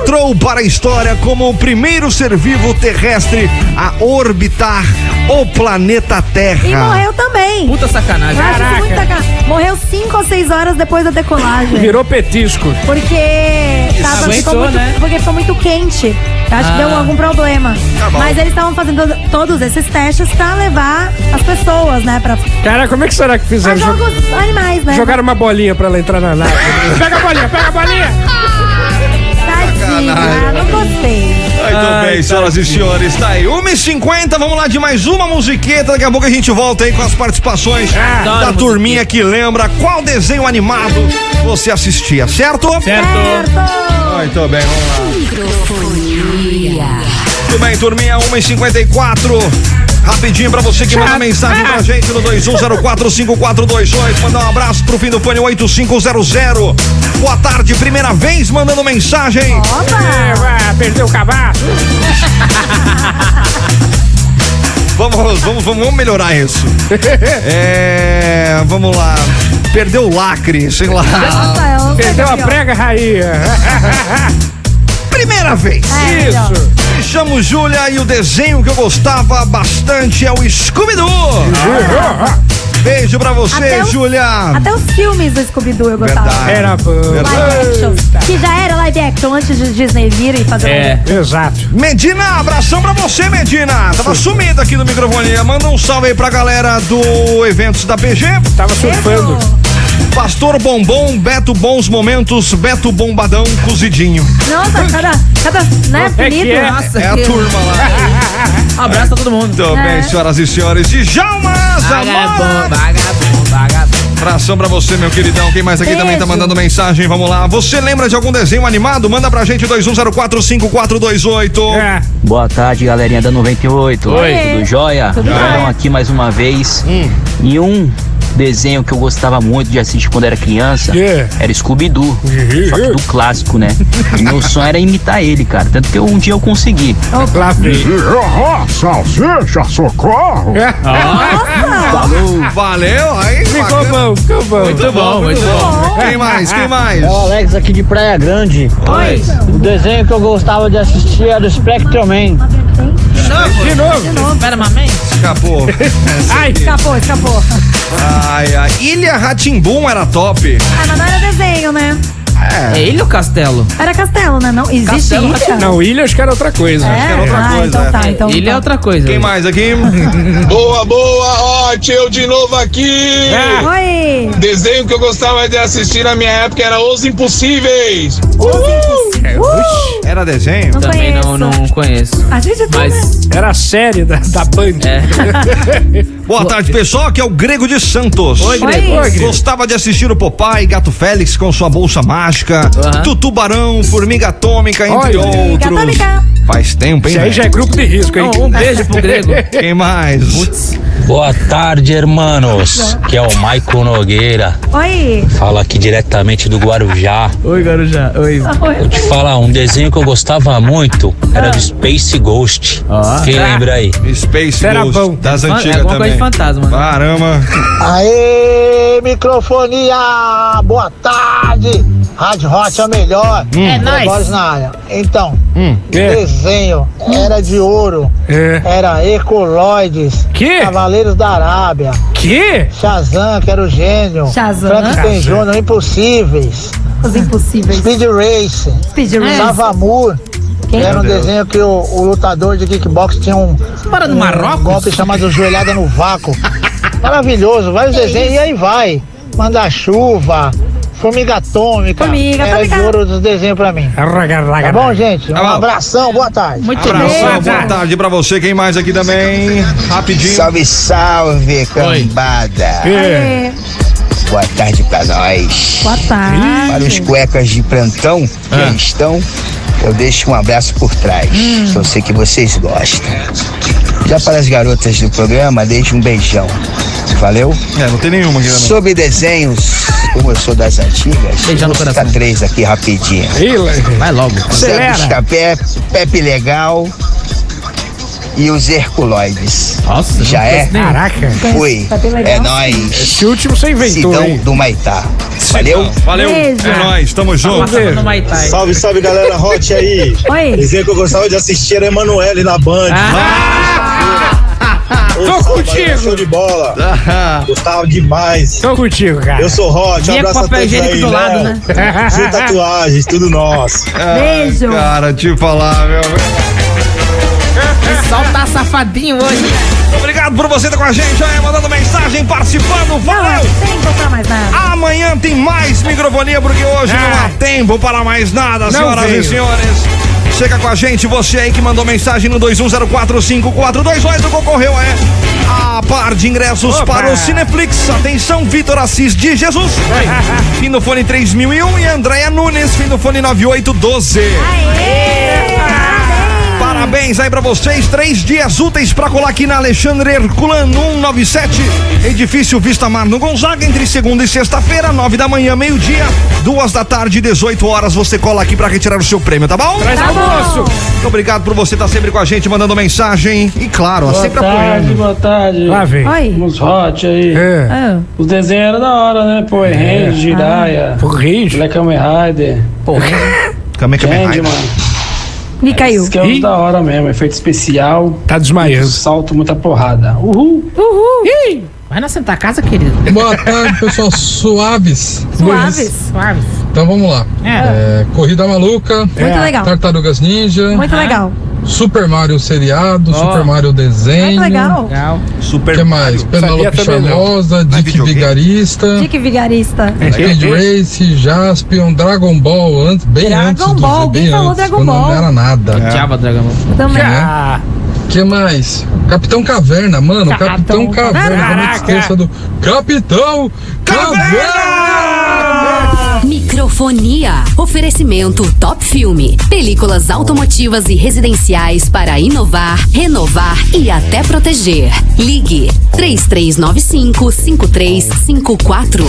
S4: entrou para a história como o primeiro ser vivo terrestre a orbitar o planeta Terra.
S5: E morreu também.
S7: Puta sacanagem.
S5: é Morreu 5 ou 6 horas depois da decolagem.
S6: (laughs) Virou petisco.
S5: Porque tava,
S6: Aguentou,
S5: ficou muito,
S6: né?
S5: porque ficou muito quente. Eu Acho que
S6: Ah.
S5: deu algum problema.
S6: Tá bom.
S5: Mas eles estavam fazendo to- todos esses testes pra levar as pessoas, né? Pra
S6: Cara, como é que será que
S5: pra
S6: fizeram?
S5: jogos
S6: Jog-
S5: animais, né?
S6: Jogaram uma bolinha pra ela entrar na nave.
S5: Pega a bolinha, pega a bolinha! Tadinha,
S4: Sacanagem.
S5: Ah, não gostei.
S4: Muito bem, senhoras e senhores, tá aí. 1h50, vamos lá de mais uma musiqueta. Daqui a pouco a gente volta aí com as participações da turminha que lembra qual desenho animado você assistia, certo? Certo. Muito bem, vamos lá. Muito bem, turminha, 1h54. Rapidinho pra você que manda mensagem pra gente no 21045428. Mandar um abraço pro fim do fone 8500. Boa tarde, primeira vez mandando mensagem.
S5: Opa!
S6: É, perdeu o cavaco.
S4: (laughs) Vamos, vamos, vamos, vamos melhorar isso. É, vamos lá. Perdeu o lacre, sei lá.
S6: Perdeu a prega, raia.
S4: Primeira vez.
S5: É,
S6: Isso.
S4: Me chamo Júlia e o desenho que eu gostava bastante é o Scooby-Doo. Beijo pra você,
S5: Até os-
S4: Júlia.
S5: Até os filmes do Scooby-Doo eu gostava.
S4: Verdade. Era bom.
S5: Live action. Que já era live action antes de Disney vir e fazer um- live action.
S4: Exato. Medina, abração pra você, Medina. Tava sumido aqui no microfone. Manda um salve aí pra galera do Eventos da PG. Tava surfando. Pastor Bombom, Beto Bons Momentos, Beto Bombadão, cozidinho.
S5: Nossa, cada, cada né, apelido.
S4: é.
S5: Nossa,
S4: É a
S5: que-
S4: turma lá. (laughs) Abraço a todo mundo. Ah, é Tudo
S5: É.
S4: bem, senhoras e senhores. Djalma Zamora.
S25: Vagabundo, vagabundo.
S4: Abração pra você, meu queridão. Quem mais aqui também tá mandando mensagem? Vamos lá. Você lembra de algum desenho animado? Manda pra gente 21045428. É.
S26: (laughs) Boa tarde, galerinha da 98.
S4: Oi.
S26: Tudo jóia?
S4: Tudo jóia.
S26: Então, aqui mais uma vez.
S23: Hum.
S26: E um desenho que eu gostava muito de assistir quando era criança
S6: É.
S26: era Scooby-Doo. Só que do clássico,
S3: (laughs)
S26: né? E meu sonho era imitar ele, cara. Tanto que eu- um dia eu consegui.
S27: Salsicha, socorro!
S4: Falou. Valeu, aí. Ficou bom, ficou bom. Muito bom, muito bom. Quem mais? Quem mais?
S28: É o Alex aqui de Praia Grande.
S4: Oi.
S28: O desenho que eu gostava de assistir era o Spectrum Man.
S4: De novo?
S28: De novo. Espera, mamãe.
S4: Escapou.
S5: Ai, escapou, escapou.
S4: Ai, ai. Ilha Ratimbum era top.
S5: Ah, mas não era desenho, né?
S4: É.
S5: ilha
S4: ou castelo?
S5: Era castelo, né? Não, existe
S6: Castelo
S5: ilha?
S6: Rá-Tim-Bum. Não, ilha acho que era outra coisa.
S5: Acho que era outra Ah, coisa, então é. tá, então Ilha é tá.
S6: outra coisa.
S3: né?
S4: Quem mais aqui?
S23: Boa, boa, Hot, eu de novo aqui.
S5: É. Oi.
S23: Desenho que eu gostava de assistir na minha época era Os Impossíveis.
S5: É,
S4: Era desenho?
S5: Não
S28: Também
S5: conheço.
S28: não, não
S25: conheço.
S5: A gente é tudo, né?
S6: Era a série da, da Band.
S3: é.
S4: Boa tarde, pessoal. Aqui é o Grego de Santos.
S6: Oi, Grego. Oi, Grego.
S4: Gostava de assistir o Popeye, Gato Félix com sua bolsa mágica, Tutu Barão, Formiga Atômica, entre
S6: Olha. Formiga
S4: outros.
S6: Atômica.
S4: Faz tempo, hein?
S6: Isso aí já é grupo de risco, hein?
S4: Não, um beijo pro Grego. Quem mais?
S3: Boa tarde, hermanos. Que é o Maicon Nogueira.
S5: Oi.
S3: Fala aqui diretamente do Guarujá.
S28: Oi, Guarujá. Oi.
S3: Vou te falar, um desenho que eu gostava muito era do Space Ghost. Quem lembra aí?
S4: Space
S3: Era
S4: Ghost,
S3: bom.
S4: das
S6: é
S3: Fan- é
S4: antigas
S3: alguma
S4: também.
S3: coisa de
S4: fantasma. Caramba.
S3: Aê, microfonia! Boa tarde! Rádio Hot é o melhor.
S29: É nóis.
S3: Trabalhos na área. Então,
S29: É.
S3: desenho era de ouro. Era Ecoloides. Que? Cavaleiros da Arábia. Que? Shazam, que era o gênio.
S5: Shazam.
S3: Frankenstein
S5: Shazam.
S3: Júnior, Impossíveis.
S5: Os impossíveis.
S3: Speed Race.
S5: Speed Race.
S3: Savamur. Que
S5: Quem?
S3: era um
S5: Meu Deus.
S3: desenho que o, o lutador de kickbox tinha um,
S5: Bora no
S3: um
S5: Marrocos?
S3: golpe chamado joelhada no vácuo. Maravilhoso, vários desenhos e aí vai. Manda chuva, formiga atômica.
S5: Formiga
S3: era
S5: atômica.
S3: de ouro dos desenhos pra mim. Tá bom, gente? Um
S4: Tá bom.
S3: abração, boa tarde. Muito
S4: Abração, boa tarde pra você. Quem mais aqui também? Rapidinho.
S11: Salve, salve, cambada.
S4: É.
S11: Boa tarde pra nós.
S5: Boa tarde.
S11: Para os cuecas de plantão que aí estão, eu deixo um abraço por trás. que Eu sei que vocês gostam. Já para as garotas do programa, deixo um beijão. Valeu?
S4: É, não tem nenhuma aqui também.
S11: Sobre desenhos, como eu sou das antigas, beijão vou citar três aqui rapidinho.
S3: Vai logo.
S11: Zé do Escapé, Pepe Legal e os Herculoides. Nossa, já
S6: não
S11: é?
S6: conheço nenhum. Caraca.
S11: Fui.
S6: Pepe Legal.
S11: É nóis.
S6: Esse último você inventou,
S11: Sidão
S6: hein?
S11: do Maitá. Valeu?
S4: Valeu. É nóis, tamo junto. (laughs)
S30: Salve, salve galera, Hot aí.
S5: Oi.
S30: Dizer que eu gostava de assistir era Emanuele na Band.
S6: Ah.
S30: Ô,
S6: Tô
S30: Salvador,
S6: contigo.
S30: Show de bola. Gostava demais.
S6: Tô contigo, cara.
S30: Eu sou Hot, um
S6: Vinha com
S30: abraço a
S6: papel
S30: todos
S6: higiênico
S30: aí,
S6: do lado, né?
S30: Sem tatuagens, tudo nosso.
S4: Beijo. Cara, te falar, meu.
S29: O sol tá safadinho hoje.
S4: Obrigado por você estar com a gente, aí, mandando mensagem, participando. Valeu!
S5: Sem contar mais nada.
S4: Amanhã tem mais microfonia, porque hoje não
S29: Ah.
S4: há tempo para mais nada,
S31: Não
S4: senhoras
S31: veio.
S4: e senhores. Chega com a gente, você aí que mandou mensagem no 21045428, concorreu, é? A par de ingressos
S31: Opa.
S4: para o Cineflix. Atenção, Vitor Assis de Jesus. Fim do fone 3001 e Andréia Nunes, fim do fone 9812. Parabéns aí pra vocês. Três dias úteis pra colar aqui na Alexandre Herculano 197, edifício Vista Mar no Gonzaga, entre segunda e sexta-feira, nove da manhã, meio-dia, duas da tarde, 18 horas. Você cola aqui pra retirar o seu prêmio, tá bom?
S31: Traz Tá almoço. bom.
S4: Muito obrigado por você estar sempre com a gente, mandando mensagem e, claro,
S3: Boa
S4: sempre
S3: tarde,
S4: apoiando.
S3: boa tarde.
S4: Lá vem.
S3: Oi. Os hot aí.
S5: Ah,
S4: É.
S3: Os desenhos eram da hora, né? Pô, Ranger, Jiraya. Pô, Ranger. Black Kamen Rider. Pô,
S4: Kamen
S3: Kamen Rider.
S5: Me caiu.
S3: Que é os da hora mesmo, efeito especial. Tá desmaiando. Salto, muita porrada. Uhul.
S5: Uhul.
S3: Vai na Santa Casa, querido.
S11: Boa tarde, pessoal. Suaves.
S3: Suaves. Suaves.
S11: Então vamos lá.
S3: É.
S11: É, Corrida Maluca.
S3: Muito É. legal.
S11: Tartarugas Ninja.
S5: Muito legal.
S11: Super Mario seriado,
S5: Ó.
S11: Super Mario desenho.
S5: Ai, que legal.
S11: Super que mais?
S6: é
S11: Penelope
S5: Sabia também não.
S11: Charmosa, Dick Vigarista.
S5: Dick Vigarista.
S11: Speed
S3: É.
S11: Race, Jaspion, Dragon Ball, antes, bem
S5: Dragon
S11: antes do
S5: Ball,
S11: bem
S5: alguém falou
S11: antes,
S5: Dragon
S11: quando
S5: Ball.
S11: Não era nada.
S32: É. Diabo Dragon Ball.
S5: Também.
S11: Né? que mais? Capitão Caverna, mano. Capitão, Caverna. Não esqueça do Capitão
S2: Microfonia. Oferecimento Top Filme. Películas automotivas e residenciais para inovar, renovar e até proteger. Ligue 3395 5354.